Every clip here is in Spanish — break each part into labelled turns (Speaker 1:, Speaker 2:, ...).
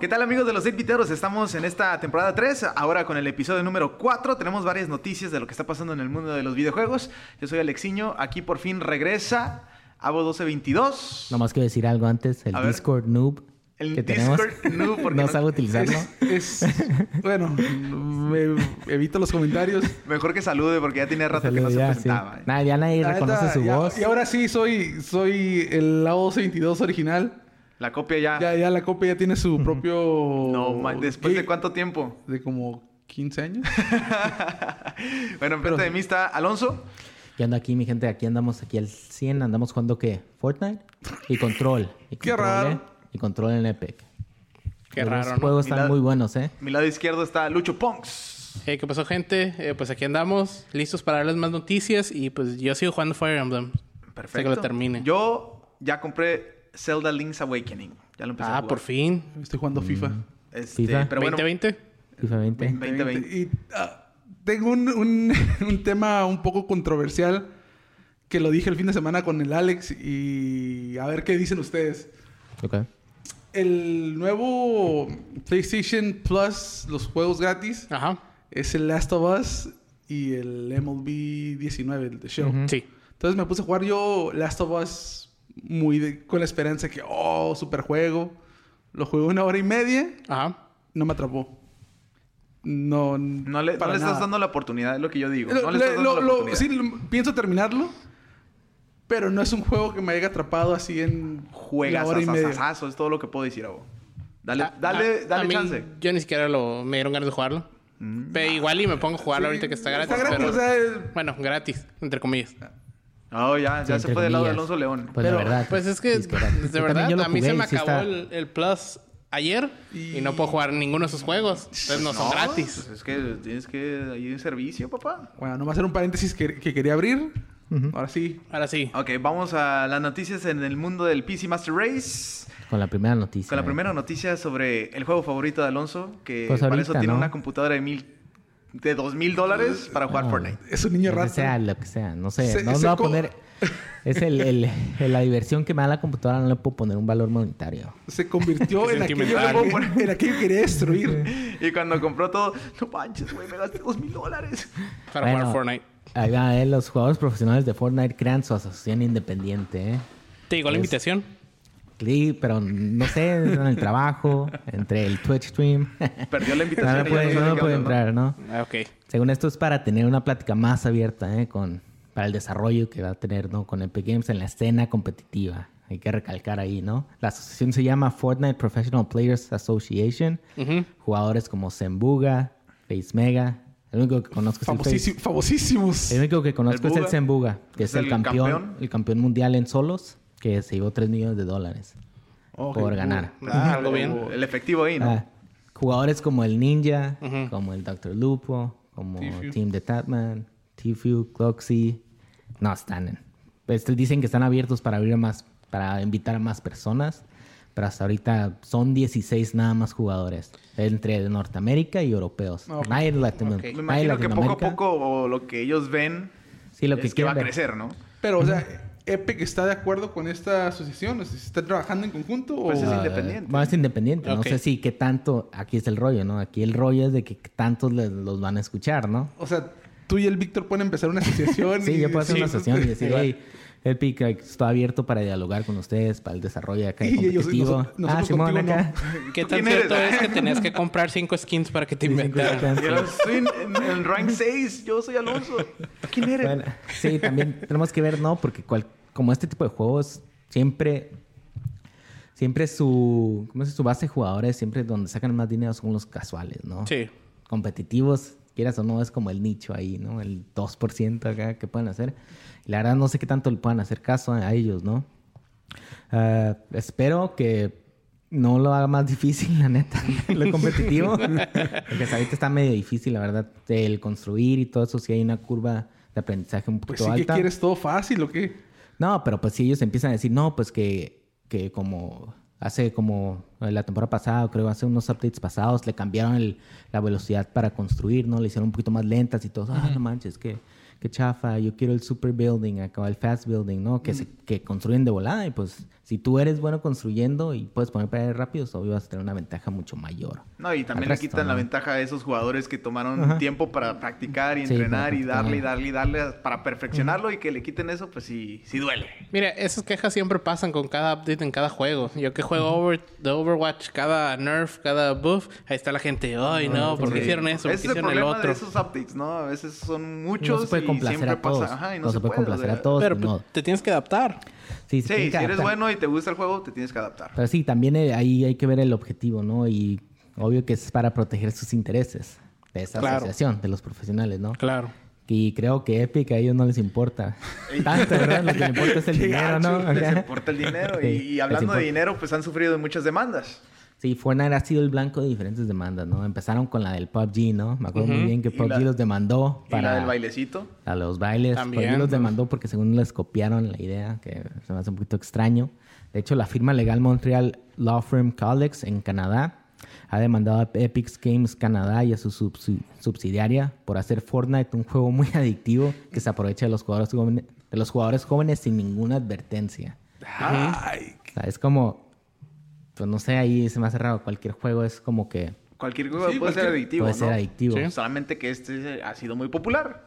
Speaker 1: ¿Qué tal amigos de los Inviteros? Estamos en esta temporada 3, ahora con el episodio número 4. Tenemos varias noticias de lo que está pasando en el mundo de los videojuegos. Yo soy Alexiño, aquí por fin regresa Avo 1222.
Speaker 2: Nomás quiero decir algo antes, el
Speaker 1: A ver.
Speaker 2: Discord noob
Speaker 1: El
Speaker 2: que
Speaker 1: Discord
Speaker 2: tenemos
Speaker 1: noob, porque no-
Speaker 2: no sabe utilizarlo.
Speaker 3: Es, bueno, me- evito los comentarios.
Speaker 1: Mejor que salude porque ya tenía rato que no
Speaker 2: Saludos,
Speaker 1: se
Speaker 2: ya, sí.
Speaker 1: presentaba. eh.
Speaker 2: Nada, ya nadie
Speaker 3: La
Speaker 2: reconoce
Speaker 3: neta,
Speaker 2: su
Speaker 3: ya-
Speaker 2: voz.
Speaker 3: Y ahora sí soy, soy el AO22 original.
Speaker 1: La copia ya.
Speaker 3: Ya, ya la copia ya tiene su propio...
Speaker 1: Ah. No,
Speaker 2: Oh,
Speaker 1: man, después de
Speaker 3: gate
Speaker 1: cuánto tiempo.
Speaker 3: De como 15 años.
Speaker 1: Bueno, enfrente de mí está Alonso.
Speaker 2: ¿Qué onda aquí, mi gente? Aquí andamos, aquí al 100. Andamos jugando, ¿qué? Fortnite y Control. Y
Speaker 3: Qué
Speaker 2: Control,
Speaker 3: raro.
Speaker 2: ¿eh? Y Control en Epic.
Speaker 4: Qué
Speaker 2: Los
Speaker 4: raro, ¿no?
Speaker 2: juegos
Speaker 1: Mira-
Speaker 2: están muy buenos, ¿eh?
Speaker 1: Mi lado izquierdo está Lucho Ponks.
Speaker 4: Hey, ¿qué pasó, gente? Eh, pues aquí andamos, listos para darles más noticias. Y pues yo sigo jugando Fire Emblem. Hasta que
Speaker 1: Perfecto.
Speaker 4: lo termine.
Speaker 1: Yo ya compré Zelda Link's Awakening. Ya lo empecé a
Speaker 4: ah,
Speaker 1: jugar.
Speaker 4: por fin.
Speaker 3: Estoy
Speaker 2: Mm.
Speaker 3: jugando FIFA.
Speaker 1: Este,
Speaker 2: FIFA.
Speaker 1: pero bueno,
Speaker 4: 2020.
Speaker 2: FIFA 20.
Speaker 1: 2020.
Speaker 3: Y ah, tengo un, un- un tema un poco controversial que lo dije el fin de semana con el Alex y a ver qué dicen ustedes.
Speaker 2: Ok.
Speaker 3: El nuevo PlayStation Plus, los juegos gratis,
Speaker 4: Ajá.
Speaker 3: es el Last of Us y el MLB 19, el The Show.
Speaker 2: Mm.
Speaker 4: Sí.
Speaker 3: Entonces me puse a jugar yo Last of Us muy de- con la esperanza que, oh, super juego. Lo jugué una hora y media,
Speaker 4: Ajá.
Speaker 3: no me atrapó. No,
Speaker 1: No le, no
Speaker 3: para
Speaker 1: le estás
Speaker 3: nada.
Speaker 1: dando la oportunidad, es lo que yo digo.
Speaker 3: Lo-
Speaker 1: No le
Speaker 3: le-
Speaker 1: estás dando
Speaker 3: lo-
Speaker 1: la
Speaker 3: lo-
Speaker 1: oportunidad.
Speaker 3: sí, lo- pienso terminarlo, pero no es un juego que me haya atrapado así en
Speaker 1: Juegas,
Speaker 3: la hora y media.
Speaker 1: asasasazo, es todo lo que puedo decir, Abo. Dale,
Speaker 4: Ah,
Speaker 1: dale,
Speaker 4: ah,
Speaker 1: dale
Speaker 4: a mí,
Speaker 1: chance. Mm.
Speaker 4: Yo ni siquiera lo, me dieron ganas de jugarlo. Pero igual y me pongo a jugarlo ahorita que está gratis.
Speaker 3: Está gratis,
Speaker 4: pero-
Speaker 3: o sea,
Speaker 4: Bueno, gratis, entre comillas.
Speaker 1: No, Oh, ya, ya
Speaker 2: Sí,
Speaker 1: se
Speaker 2: entre
Speaker 1: fue del lado de
Speaker 2: comillas.
Speaker 1: Alonso León.
Speaker 2: Pues la verdad.
Speaker 4: Pues es que,
Speaker 2: Discord. Yo
Speaker 4: de
Speaker 2: también
Speaker 4: verdad,
Speaker 2: yo lo
Speaker 4: a mí
Speaker 2: jugué
Speaker 4: se
Speaker 2: y
Speaker 4: me
Speaker 2: sí
Speaker 4: acabó
Speaker 2: está-
Speaker 4: el, el Plus ayer y... no puedo jugar ninguno de esos juegos. Entonces no son gratis.
Speaker 1: pues es que tienes que ahí un servicio, papá.
Speaker 3: Bueno, nomás era un paréntesis que, que quería abrir. Ahora sí.
Speaker 4: Ahora sí.
Speaker 1: Ok, vamos a las noticias en el mundo del PC Master Race.
Speaker 2: Con la primera noticia.
Speaker 1: Con la
Speaker 2: ¿eh?
Speaker 1: primera noticia sobre el juego favorito de Alonso, que
Speaker 2: Pues
Speaker 1: para
Speaker 2: ahorita,
Speaker 1: eso tiene
Speaker 2: ¿no?
Speaker 1: una computadora de mil de dos mil dólares para jugar
Speaker 2: No.
Speaker 1: Fortnite.
Speaker 3: Es un niño
Speaker 2: Lo que sea,
Speaker 3: rata.
Speaker 2: lo que sea. No sé.
Speaker 3: Se-
Speaker 2: no no
Speaker 3: se
Speaker 2: voy a
Speaker 3: co-
Speaker 2: poner... Es el, el- la diversión que me da la computadora. No le puedo poner un valor monetario.
Speaker 3: Se convirtió
Speaker 4: Qué
Speaker 3: en aquello,
Speaker 4: sentimental.
Speaker 3: que- en aquello que quería destruir.
Speaker 1: Y cuando compró todo, no manches, güey, me gasté dos mil dólares.
Speaker 4: Para
Speaker 2: Bueno,
Speaker 4: jugar Fortnite.
Speaker 2: Ahí va, eh, los jugadores profesionales de Fortnite crean su asociación independiente, ¿eh?
Speaker 4: ¿Te llegó la
Speaker 2: es-
Speaker 4: invitación?
Speaker 2: Sí, pero no sé, en el trabajo, entre el Twitch stream.
Speaker 1: Perdió la
Speaker 2: No,
Speaker 1: invitación.
Speaker 2: no
Speaker 1: y ya sé
Speaker 2: puede, no
Speaker 1: qué onda,
Speaker 2: puede entrar, ¿no?
Speaker 4: Ah, ok.
Speaker 2: Según esto es para tener una plática más abierta, ¿eh? Con, para el desarrollo que va a tener, ¿no? Con Epic Games en la escena competitiva. Hay que recalcar ahí, ¿no? La asociación se llama Fortnite Professional Players Association. Jugadores como Zembuga, Face Mega. El único que conozco es el Face-
Speaker 3: Famosísimo- famosísimos.
Speaker 2: el único que conozco
Speaker 1: El
Speaker 2: es el
Speaker 1: Buga.
Speaker 2: Zembuga, que
Speaker 1: Es
Speaker 2: es, el,
Speaker 1: el
Speaker 2: campeón,
Speaker 1: campeón.
Speaker 2: el campeón mundial en solos, que se llevó 3 millones de dólares
Speaker 3: Ok,
Speaker 2: por
Speaker 3: cool.
Speaker 2: ganar.
Speaker 4: Ah, algo bien.
Speaker 1: El efectivo ahí, ¿no?
Speaker 2: Ah, jugadores como el Ninja, como el Dr. Lupo, como
Speaker 3: Tfue.
Speaker 2: Team de Tatman, Tfue, Cloxy. No, están en. este, dicen que están abiertos para abrir a más, para invitar a más personas. Pero hasta ahorita son 16 nada más jugadores. Entre de Norteamérica y europeos.
Speaker 3: Ok.
Speaker 2: Nadie de Latino-
Speaker 4: Ok. Me
Speaker 1: Me
Speaker 2: nadie de
Speaker 1: imagino que poco a
Speaker 2: Latinoamérica.
Speaker 1: poco o lo que ellos ven
Speaker 2: Sí, lo que
Speaker 1: es que va a
Speaker 2: quieren ver.
Speaker 1: crecer, ¿no?
Speaker 3: Pero, o sea, Epic está de acuerdo con esta asociación. ¿Están trabajando en conjunto? o-
Speaker 1: Pues es
Speaker 2: Ah,
Speaker 1: independiente.
Speaker 2: Más independiente. No
Speaker 4: Ok.
Speaker 2: sé si qué tanto. Aquí es el rollo, ¿no? Aquí el rollo es de que tantos le- los van a escuchar, ¿no?
Speaker 3: O sea, tú y el Víctor pueden empezar una asociación.
Speaker 2: Sí,
Speaker 3: y-
Speaker 2: yo puedo hacer
Speaker 3: sí. pues,
Speaker 2: una sesión y decir,
Speaker 4: Igual.
Speaker 2: hey, Epic está abierto para dialogar con ustedes, para el desarrollo de acá
Speaker 3: Y ellos-
Speaker 2: competitivo. ah,
Speaker 3: nosotros- nosotros
Speaker 2: Simón,
Speaker 3: contigo
Speaker 2: acá.
Speaker 4: ¿Qué
Speaker 1: ¿Tú
Speaker 4: tan
Speaker 1: quién
Speaker 4: cierto
Speaker 1: eres?
Speaker 4: es que tenías que comprar cinco skins para que te
Speaker 2: Dicen que
Speaker 4: inventaran?
Speaker 1: Y
Speaker 2: alcanza.
Speaker 1: ahora estoy en, en- en rank 6, yo soy Alonso. ¿Quién eres?
Speaker 2: Bueno, sí, también tenemos que ver, ¿no? Porque cual- como este tipo de juegos, siempre, siempre su, ¿cómo se dice? su base de jugadores, siempre donde sacan más dinero son los casuales, ¿no?
Speaker 4: Sí.
Speaker 2: competitivos, quieras o no, es como el nicho ahí, ¿no? El 2% acá que pueden hacer. Y La verdad no sé qué tanto le puedan hacer caso a a ellos, ¿no? Ah, espero que no lo haga más difícil, la neta, lo competitivo. Porque hasta ahorita está medio difícil, la verdad, el construir y todo eso, sí hay una curva de aprendizaje un
Speaker 3: Pues
Speaker 2: poquito
Speaker 3: sí que
Speaker 2: alta.
Speaker 3: quieres todo fácil, ¿o qué?
Speaker 2: No, pero pues si ellos empiezan a decir, no, pues que, que como hace como la temporada pasada, creo, hace unos updates pasados, le cambiaron el- la velocidad para construir, ¿no? Le hicieron un poquito más lentas y todo. Ah, no manches, que qué chafa, yo quiero el super building, acá el fast building, ¿no? Que, se, que construyen de volada y pues si tú eres bueno construyendo y puedes poner paredes rápidos, obvio vas a tener una ventaja mucho mayor.
Speaker 1: No, y también
Speaker 2: Al
Speaker 1: le
Speaker 2: resto,
Speaker 1: quitan la
Speaker 2: ¿no?
Speaker 1: ventaja a esos jugadores que tomaron tiempo para practicar y
Speaker 2: Sí,
Speaker 1: entrenar
Speaker 2: para
Speaker 1: y darle y
Speaker 2: practicar.
Speaker 1: darle y darle para perfeccionarlo y que le quiten eso, pues sí, sí duele.
Speaker 4: Mira, esas quejas siempre pasan con cada update en cada juego. Yo que juego over, de Overwatch, cada nerf, cada buff, ahí está la gente. Ay, no, ¿por qué
Speaker 1: Sí.
Speaker 4: hicieron eso? ¿Por
Speaker 1: Ese
Speaker 4: qué
Speaker 1: es el
Speaker 4: hicieron el
Speaker 1: problema de
Speaker 4: otro?
Speaker 1: esos updates, ¿no? A veces son
Speaker 2: No
Speaker 1: muchos
Speaker 2: se puede
Speaker 1: y
Speaker 2: complacer
Speaker 1: siempre
Speaker 2: a todos.
Speaker 1: pasa. Ajá, y no,
Speaker 2: no, se puede complacer
Speaker 1: o sea,
Speaker 2: a todos.
Speaker 4: Pero
Speaker 2: ni
Speaker 4: pues,
Speaker 2: modo.
Speaker 4: te tienes que adaptar.
Speaker 2: Sí,
Speaker 1: Sí,
Speaker 2: se tiene que
Speaker 1: si eres
Speaker 2: adaptar.
Speaker 1: bueno y te gusta el juego, te tienes que adaptar.
Speaker 2: Pero sí, también eh, ahí hay que ver el objetivo, ¿no? Y obvio que es para proteger sus intereses de esa
Speaker 4: Claro.
Speaker 2: asociación, de los profesionales, ¿no?
Speaker 4: Claro.
Speaker 2: Y creo que Epic a ellos no les importa tanto, ¿verdad? Lo que les importa es el
Speaker 3: Qué
Speaker 2: dinero, ¿no?
Speaker 3: gacho,
Speaker 1: ah, Les
Speaker 2: Acá.
Speaker 1: importa el dinero.
Speaker 2: Sí,
Speaker 1: y, y
Speaker 2: les
Speaker 1: hablando
Speaker 2: importa.
Speaker 1: de dinero, pues han sufrido de muchas demandas.
Speaker 2: Sí, Fortnite ha sido el blanco de diferentes demandas, ¿no? Empezaron con la del PUBG, ¿no? Me acuerdo muy bien que
Speaker 1: Y
Speaker 2: PUBG
Speaker 1: la-
Speaker 2: los demandó
Speaker 1: Y la
Speaker 2: para
Speaker 1: del bailecito.
Speaker 2: a los bailes.
Speaker 4: También,
Speaker 2: PUBG los
Speaker 4: pues.
Speaker 2: demandó porque según les copiaron la idea, que se me hace un poquito extraño. De hecho, la firma legal Montreal Law Firm Codex en Canadá ha demandado a Epic Games Canadá y a su subsi- subsidiaria por hacer Fortnite un juego muy adictivo que se aprovecha de los jugadores jóvenes, de los jugadores jóvenes sin ninguna advertencia.
Speaker 1: Ah,
Speaker 3: Ay,
Speaker 2: O sea, es como, pues no sé, ahí se me ha cerrado. Cualquier juego es como que
Speaker 1: Cualquier juego
Speaker 3: Sí,
Speaker 1: puede ser
Speaker 3: cualquier-
Speaker 1: adictivo.
Speaker 2: puede ser
Speaker 1: ¿no?
Speaker 2: adictivo.
Speaker 4: Sí.
Speaker 2: Sí,
Speaker 1: Solamente que este ha sido muy popular.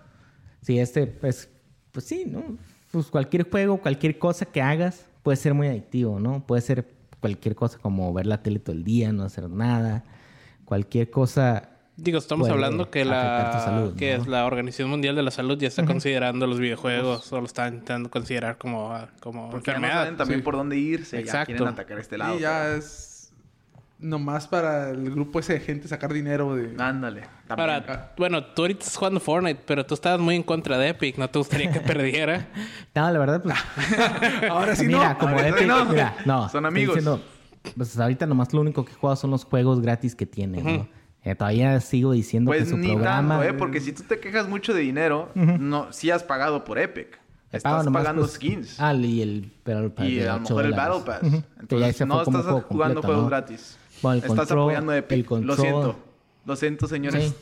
Speaker 2: este, pues, pues sí, ¿no? Pues cualquier juego, cualquier cosa que hagas puede ser muy adictivo, ¿no? Puede ser cualquier cosa como ver la tele todo el día, no hacer nada, cualquier cosa.
Speaker 4: Digo, estamos
Speaker 2: Puede
Speaker 4: hablando que la
Speaker 2: afectar tu salud,
Speaker 4: que
Speaker 2: ¿no?
Speaker 4: es la Organización Mundial de la Salud ya está considerando los
Speaker 2: Pues
Speaker 4: videojuegos o lo están intentando considerar como, ah, como
Speaker 1: Porque ya no saben
Speaker 4: enfermedad.
Speaker 1: también
Speaker 3: sí.
Speaker 1: por dónde irse. Ya
Speaker 4: Exacto.
Speaker 1: quieren atacar este lado.
Speaker 3: y ya es nomás para el grupo ese de gente sacar dinero de...
Speaker 1: pero- Ándale. también.
Speaker 4: Para, bueno, tú ahorita estás jugando Fortnite, pero tú estabas muy en contra de Epic, no te gustaría que perdiera.
Speaker 2: No, la verdad, pues.
Speaker 3: Ahora sí
Speaker 2: mira,
Speaker 3: no.
Speaker 2: como
Speaker 1: Ahora sí
Speaker 2: Epic,
Speaker 1: no.
Speaker 2: mira, no.
Speaker 1: Son
Speaker 2: estoy
Speaker 1: amigos.
Speaker 2: pues ahorita nomás lo único que he jugado son los juegos gratis que tiene, ¿no? Eh, todavía sigo diciendo que
Speaker 1: Pues
Speaker 2: su
Speaker 1: ni
Speaker 2: programa.
Speaker 1: tanto, ¿eh? Porque si tú te quejas mucho de dinero, no, sí has pagado por Epic.
Speaker 2: Te
Speaker 1: Estás
Speaker 2: pago nomás,
Speaker 1: pagando
Speaker 2: pues,
Speaker 1: skins.
Speaker 2: Ah, y el, pero el
Speaker 1: y
Speaker 2: de
Speaker 1: a lo
Speaker 2: ocho
Speaker 1: mejor el Battle
Speaker 2: dólares.
Speaker 1: Pass.
Speaker 2: Ujú. Que ya
Speaker 1: Entonces,
Speaker 2: se
Speaker 1: no
Speaker 2: fue como
Speaker 1: estás
Speaker 2: juego
Speaker 1: jugando
Speaker 2: completo,
Speaker 1: juegos
Speaker 2: ¿no?
Speaker 1: gratis.
Speaker 2: Bueno, el
Speaker 1: estás
Speaker 2: control-
Speaker 1: apoyando a Epic.
Speaker 2: el control-
Speaker 1: Lo siento. Lo siento, señores.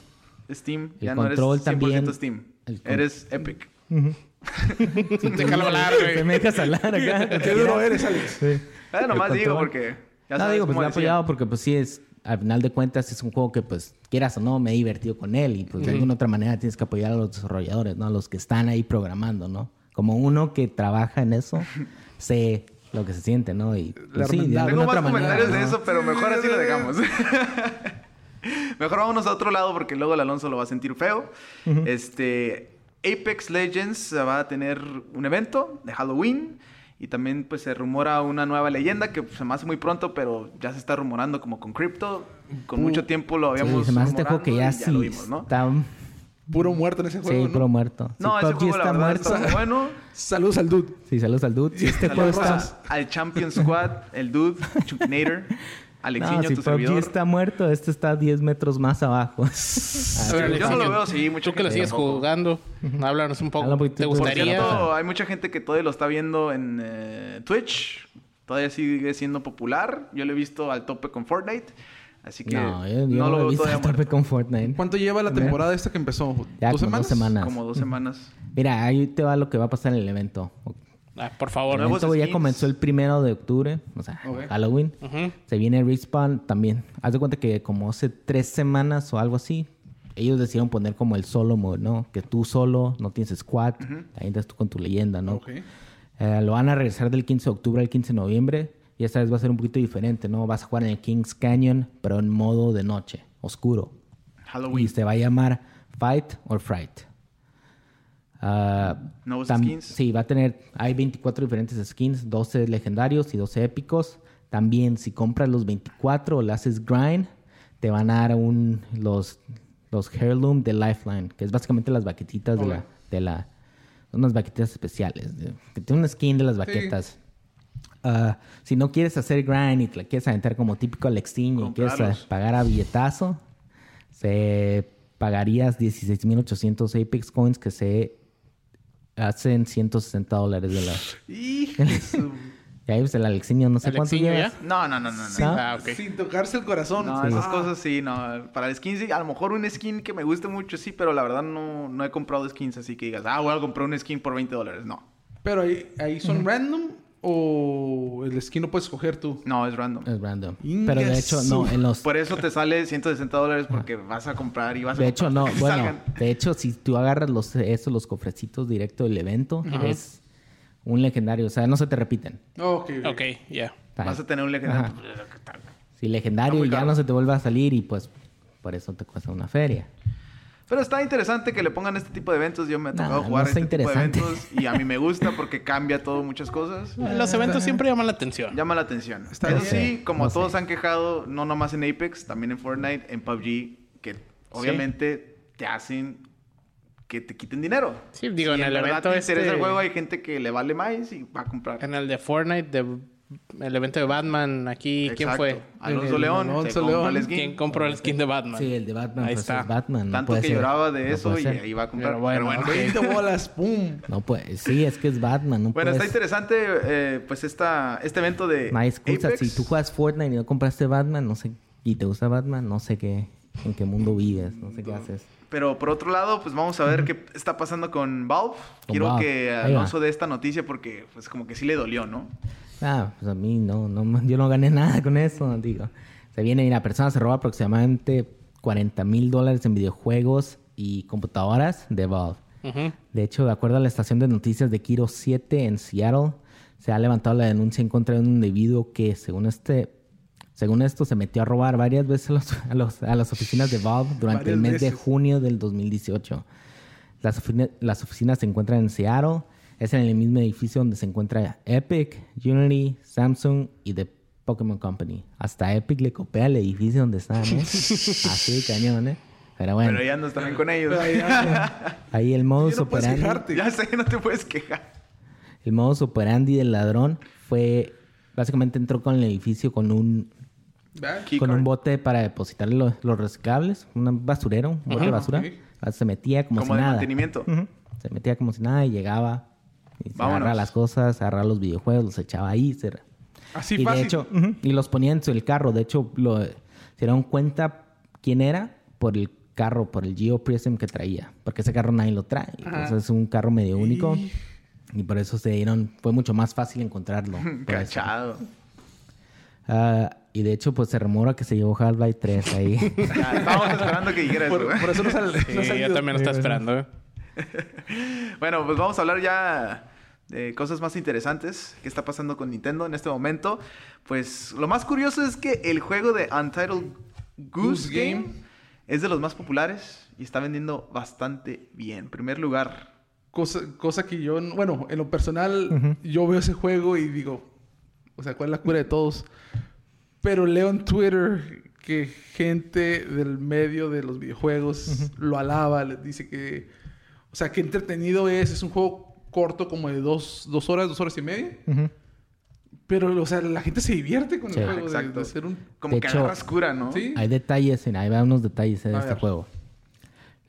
Speaker 1: Steam.
Speaker 2: El
Speaker 1: ya no
Speaker 2: control
Speaker 1: eres 100%
Speaker 2: también.
Speaker 1: Steam.
Speaker 2: El con-
Speaker 1: Eres Epic.
Speaker 4: Déjalo hablar,
Speaker 2: Te
Speaker 4: güey.
Speaker 2: me dejas hablar acá.
Speaker 3: Qué duro eres, Alex.
Speaker 2: Sí.
Speaker 1: Ah,
Speaker 2: El
Speaker 1: nomás digo
Speaker 2: control.
Speaker 1: porque... Ya
Speaker 2: no,
Speaker 1: sabes
Speaker 2: digo, pues
Speaker 1: cómo
Speaker 2: lo
Speaker 1: decía.
Speaker 2: he apoyado porque pues sí es, al final de cuentas es un juego que pues quieras o no, me he divertido con él y pues de alguna otra manera tienes que apoyar a los desarrolladores, ¿no? A los que están ahí programando, ¿no? Como uno que trabaja en eso, sé lo que se siente, ¿no? Y pues,
Speaker 3: La
Speaker 2: sí, de alguna
Speaker 3: hermandad.
Speaker 1: Tengo más
Speaker 2: otra manera.
Speaker 1: comentarios de
Speaker 2: ¿no?
Speaker 1: eso, pero mejor así lo dejamos. mejor vámonos a otro lado porque luego el Alonso lo va a sentir feo. Este Apex Legends va a tener un evento de Halloween y también pues se rumora una nueva leyenda que pues, se me hace muy pronto, pero ya se está rumorando como con Crypto. Con mucho tiempo lo
Speaker 2: Uh, Sí,
Speaker 1: habíamos
Speaker 2: se me hace este juego que
Speaker 1: rumorando
Speaker 2: ya,
Speaker 1: y
Speaker 2: sí
Speaker 1: lo vimos, ¿no?
Speaker 2: está...
Speaker 3: Puro muerto en ese juego,
Speaker 2: Sí,
Speaker 3: ¿no?
Speaker 2: puro muerto.
Speaker 1: No,
Speaker 2: sí,
Speaker 1: ese juego la verdad está muy bueno.
Speaker 3: Saludos al dude.
Speaker 2: Sí, saludos al dude. Sí, este
Speaker 1: Saludos
Speaker 2: juego
Speaker 1: a-
Speaker 2: está...
Speaker 1: al Champion Squad, el Dude, Chucknator, Alexiño,
Speaker 2: No, si
Speaker 1: tu
Speaker 2: PUBG
Speaker 1: servidor.
Speaker 2: está muerto, este está 10 metros más abajo.
Speaker 4: A ver,
Speaker 1: Ah, Yo no
Speaker 4: Alexis,
Speaker 1: lo veo así, mucho
Speaker 4: Tú que lo
Speaker 1: gente
Speaker 4: sigues
Speaker 1: tampoco.
Speaker 4: jugando, háblanos un
Speaker 2: Habla
Speaker 4: poco.
Speaker 2: un poquito
Speaker 4: ¿Te
Speaker 2: tú de-
Speaker 1: Por
Speaker 4: gustaría?
Speaker 1: cierto, hay mucha gente que todavía lo está viendo en eh, Twitch. Todavía sigue siendo popular. Yo lo he visto al tope con Fortnite. Así que
Speaker 2: no,
Speaker 1: no,
Speaker 2: yo, yo
Speaker 1: lo
Speaker 2: no lo he
Speaker 1: veo
Speaker 2: visto
Speaker 1: todavía
Speaker 2: al tope
Speaker 1: muerto.
Speaker 2: con Fortnite.
Speaker 3: ¿Cuánto lleva la
Speaker 2: Mira.
Speaker 3: temporada esta que empezó?
Speaker 2: Ya,
Speaker 3: ¿Dos
Speaker 2: como dos
Speaker 3: semanas?
Speaker 2: semanas.
Speaker 1: Como dos semanas.
Speaker 2: Mira, ahí te va lo que va a pasar en el evento.
Speaker 4: Ah, por favor.
Speaker 2: El
Speaker 1: Nuevos
Speaker 2: evento ya
Speaker 1: skins.
Speaker 2: comenzó el primero de octubre, o sea,
Speaker 3: Ok.
Speaker 2: Halloween.
Speaker 4: Ujú.
Speaker 2: Se viene Respawn también. Haz de cuenta que como hace tres semanas o algo así, ellos decidieron poner como el solo mode, ¿no? Que tú solo, no tienes squad, ahí entras tú con tu leyenda, ¿no?
Speaker 3: Ok.
Speaker 2: Eh, lo van a regresar del 15 de octubre al 15 de noviembre. Y esta vez va a ser un poquito diferente, ¿no? Vas a jugar en el Kings Canyon, pero en modo de noche, oscuro. Y
Speaker 1: Halloween.
Speaker 2: se va a llamar Fight or Fright. Ah,
Speaker 1: Nuevos
Speaker 2: tam-
Speaker 1: skins.
Speaker 2: Sí, va a tener. Hay 24 diferentes skins: 12 legendarios y 12 épicos. También, si compras los 24 o le haces grind, te van a dar un, los, los Heirloom de Lifeline, que es básicamente las baquetitas de la. De la son unas baquetas especiales. de- Que tiene un skin de las baquetas. Ah, si no quieres hacer grind y te la quieres aventar como típico Alexiño y quieres
Speaker 1: Comprarlos.
Speaker 2: ah, pagar a billetazo, se pagarías 16.800 Apex Coins que se hacen 160 dólares de la...
Speaker 1: Hijo de su-
Speaker 2: Y ahí pues el Alexiño, no sé cuánto
Speaker 4: ¿Alexiño
Speaker 2: llevas.
Speaker 4: ya?
Speaker 1: No, no, no, no.
Speaker 3: Sin,
Speaker 1: no.
Speaker 4: Ah, ok.
Speaker 3: sin tocarse el corazón.
Speaker 1: No,
Speaker 3: Ah.
Speaker 1: esas cosas sí, no. Para el skin sí, a lo mejor un skin que me guste mucho sí, pero la verdad no, no he comprado skins así que digas, ah, voy a comprar un skin por 20 dólares. No,
Speaker 3: Pero ahí, ahí son random o el skin lo puedes escoger tú.
Speaker 1: no, es random.
Speaker 2: Es random.
Speaker 3: Inga
Speaker 2: Pero de hecho, no,
Speaker 3: su-
Speaker 2: en los...
Speaker 1: Por eso te sale 160 dólares porque vas a comprar y vas a
Speaker 2: De hecho, no.
Speaker 1: comprar que
Speaker 2: Bueno,
Speaker 1: salgan.
Speaker 2: de hecho, si tú agarras los, esos, los cofrecitos directo del evento, es un legendario. O sea, no se te repiten.
Speaker 3: Ok.
Speaker 4: Ok, ya.
Speaker 1: Vas a tener un legendario. ¿Qué tal?
Speaker 2: Si legendario
Speaker 1: Está muy
Speaker 2: y ya
Speaker 1: caro.
Speaker 2: no se te vuelve a salir y pues por eso te cuesta una feria.
Speaker 1: Pero está interesante que le pongan este tipo de eventos. Yo me he
Speaker 2: Nah,
Speaker 1: tocado
Speaker 2: no
Speaker 1: jugar
Speaker 2: está
Speaker 1: este tipo de
Speaker 2: interesante.
Speaker 1: eventos y a mí me gusta porque cambia todo muchas cosas.
Speaker 4: Los eventos siempre llaman la atención.
Speaker 1: Llama la atención.
Speaker 3: Está
Speaker 1: Eso
Speaker 2: bien.
Speaker 1: sí, como
Speaker 2: No sé.
Speaker 1: todos han quejado, no nomás en Apex, también en Fortnite, en PUBG, que obviamente te hacen que te quiten dinero.
Speaker 4: Sí, digo,
Speaker 1: Si
Speaker 4: en el
Speaker 1: verdad
Speaker 4: evento
Speaker 1: te interesa
Speaker 4: este-
Speaker 1: el juego, hay gente que le vale más y va a comprar.
Speaker 4: En el de Fortnite, de, el evento de Batman, aquí, ¿quién
Speaker 1: Exacto.
Speaker 4: fue?
Speaker 1: Alonso
Speaker 3: En el
Speaker 1: León. se
Speaker 3: Alonso
Speaker 1: compró
Speaker 3: León.
Speaker 1: el skin.
Speaker 4: ¿Quién compró el skin de Batman?
Speaker 2: Sí, el de Batman pues,
Speaker 4: Ahí
Speaker 2: versus
Speaker 4: está.
Speaker 2: Batman. no
Speaker 1: Tanto
Speaker 2: puede
Speaker 1: que
Speaker 2: ser.
Speaker 1: lloraba de
Speaker 2: No
Speaker 1: eso
Speaker 2: puede
Speaker 1: y
Speaker 2: ser.
Speaker 1: ahí va a comprar.
Speaker 4: Pero bueno,
Speaker 1: Pero
Speaker 4: ok.
Speaker 3: 20 bolas, pum.
Speaker 2: No puede, sí, es que es Batman. No
Speaker 1: Bueno, está
Speaker 2: puedes-
Speaker 1: interesante eh, pues esta, este evento de
Speaker 2: No hay excusa.
Speaker 1: Apex.
Speaker 2: Si tú juegas Fortnite y no compraste Batman, no sé, y te gusta Batman, no sé qué, en qué mundo vives, no sé qué haces.
Speaker 1: Pero por otro lado, pues vamos a ver qué está pasando con Valve.
Speaker 2: Con
Speaker 1: Quiero
Speaker 2: Valve.
Speaker 1: que
Speaker 2: Ahí va.
Speaker 1: Alonso dé esta noticia porque pues como que sí le dolió, ¿no?
Speaker 2: Ah, pues a mí no, no, yo no gané nada con eso, digo. Se viene y la persona se roba aproximadamente 40 mil dólares en videojuegos y computadoras de Valve.
Speaker 4: Ujú.
Speaker 2: De hecho, de acuerdo a la estación de noticias de Kiro 7 en Seattle, se ha levantado la denuncia en contra de un individuo que, según este, según esto, se metió a robar varias veces a, los- a los- a las oficinas de Valve durante el mes
Speaker 3: Varias
Speaker 2: de
Speaker 3: veces.
Speaker 2: junio del 2018. Las, oficina- las oficinas se encuentran en Seattle, es en el mismo edificio donde se encuentra Epic, Unity, Samsung y The Pokémon Company. Hasta Epic le copia el edificio donde están, ¿eh? Así de cañón, ¿eh? Pero bueno,
Speaker 1: Pero ya andas también con ellos.
Speaker 3: Pero ah, ya,
Speaker 2: ahí el
Speaker 3: ya
Speaker 2: modus
Speaker 3: no puedes
Speaker 2: operandi...
Speaker 3: quejarte.
Speaker 1: ya sé, no te puedes quejar.
Speaker 2: El modus operandi del ladrón fue básicamente entró con el edificio con un
Speaker 3: ¿Verdad?
Speaker 2: con un
Speaker 1: Keycard.
Speaker 2: bote para depositar lo- los reciclables, un basurero, un bote de basura. Ah, Se metía como,
Speaker 1: Como
Speaker 2: si
Speaker 1: de
Speaker 2: nada.
Speaker 1: mantenimiento.
Speaker 2: Ujú. Se metía como si nada y llegaba y se
Speaker 1: Vámonos.
Speaker 2: agarraba las cosas, agarraba los videojuegos, los echaba ahí, se
Speaker 3: Así
Speaker 2: y
Speaker 3: fácil.
Speaker 2: de hecho, ujú, y los ponía en su- el carro. De hecho, lo, se dieron cuenta quién era por el carro, por el Geo Prism que traía. Porque ese carro nadie lo trae. Entonces es un carro medio único. Y por eso se dieron, fue mucho más fácil encontrarlo. por eso.
Speaker 1: Cachado.
Speaker 2: Ah, y de hecho, pues se rumora que se llevó Half-Life 3 ahí.
Speaker 1: Ya, estábamos esperando que dijera eso. ¿eh?
Speaker 3: por,
Speaker 1: güey.
Speaker 3: por eso no sal- no
Speaker 4: Sí,
Speaker 3: salió.
Speaker 4: yo también lo estaba esperando. ¿eh?
Speaker 1: Bueno, pues vamos a hablar ya de cosas más interesantes que está pasando con Nintendo en este momento. Pues lo más curioso es que el juego de Untitled Goose,
Speaker 3: Goose
Speaker 1: Game,
Speaker 3: Game.
Speaker 1: es de los más populares y está vendiendo bastante bien. Primer lugar.
Speaker 3: Cosa, cosa que yo, no- bueno, en lo personal, yo veo ese juego y digo, o sea, ¿cuál es la cura de todos? Pero leo en Twitter que gente del medio de los videojuegos lo alaba, les dice que, o sea, qué entretenido es, es un juego corto como de dos, dos horas, dos horas y media.
Speaker 2: Ujú.
Speaker 3: Pero, o sea, la gente se divierte con
Speaker 2: Sí.
Speaker 3: el juego de-
Speaker 1: Exacto.
Speaker 3: de ser un...
Speaker 1: Como
Speaker 2: De
Speaker 1: que
Speaker 2: hecho-
Speaker 1: agarras cura, ¿no?
Speaker 3: Sí.
Speaker 2: Hay detalles, mira, ahí van unos detalles eh, de
Speaker 3: A
Speaker 2: este
Speaker 3: ver.
Speaker 2: juego.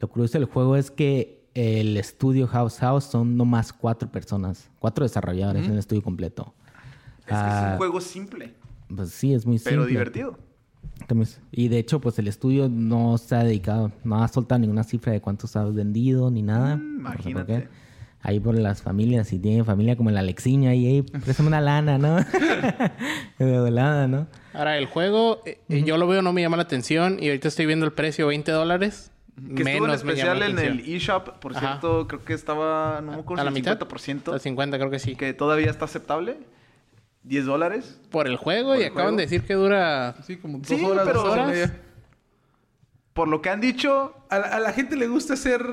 Speaker 2: Lo curioso del juego es que el estudio House House son nomás cuatro personas, cuatro desarrolladores en el estudio completo.
Speaker 1: Es que es
Speaker 2: Ah.
Speaker 1: un juego simple,
Speaker 2: Pues sí, es muy
Speaker 1: pero
Speaker 2: simple.
Speaker 1: divertido.
Speaker 2: También es- Y de hecho, pues el estudio no se ha dedicado, no ha soltado ninguna cifra de cuántos ha vendido ni nada.
Speaker 1: Mm,
Speaker 2: No sé por
Speaker 1: imagínate.
Speaker 2: qué. Ahí por las familias, si tienen familia como el Alexiño, ahí, ahí, préstame una lana, ¿no? de volada, ¿no?
Speaker 4: Ahora, el juego, eh, eh, yo lo veo, no me llama la atención. Y ahorita estoy viendo el precio, 20 dólares.
Speaker 1: Que estuvo en
Speaker 4: Menos me llama
Speaker 1: especial
Speaker 4: la
Speaker 1: en
Speaker 4: atención.
Speaker 1: el eShop, por
Speaker 4: Ajá.
Speaker 1: cierto, creo que estaba, no me acuerdo,
Speaker 4: ¿A la
Speaker 1: si
Speaker 4: mitad?
Speaker 1: 50%,
Speaker 4: A 50, creo que sí.
Speaker 1: que todavía está aceptable. 10 dólares.
Speaker 4: Por el juego,
Speaker 1: Por
Speaker 4: y
Speaker 1: el
Speaker 4: acaban
Speaker 1: juego.
Speaker 4: de decir que dura...
Speaker 3: Sí, como dos
Speaker 1: Sí,
Speaker 3: horas,
Speaker 1: pero
Speaker 3: dos horas
Speaker 1: horas.
Speaker 3: y media.
Speaker 1: Por lo que han dicho,
Speaker 3: A la, a la gente le gusta ser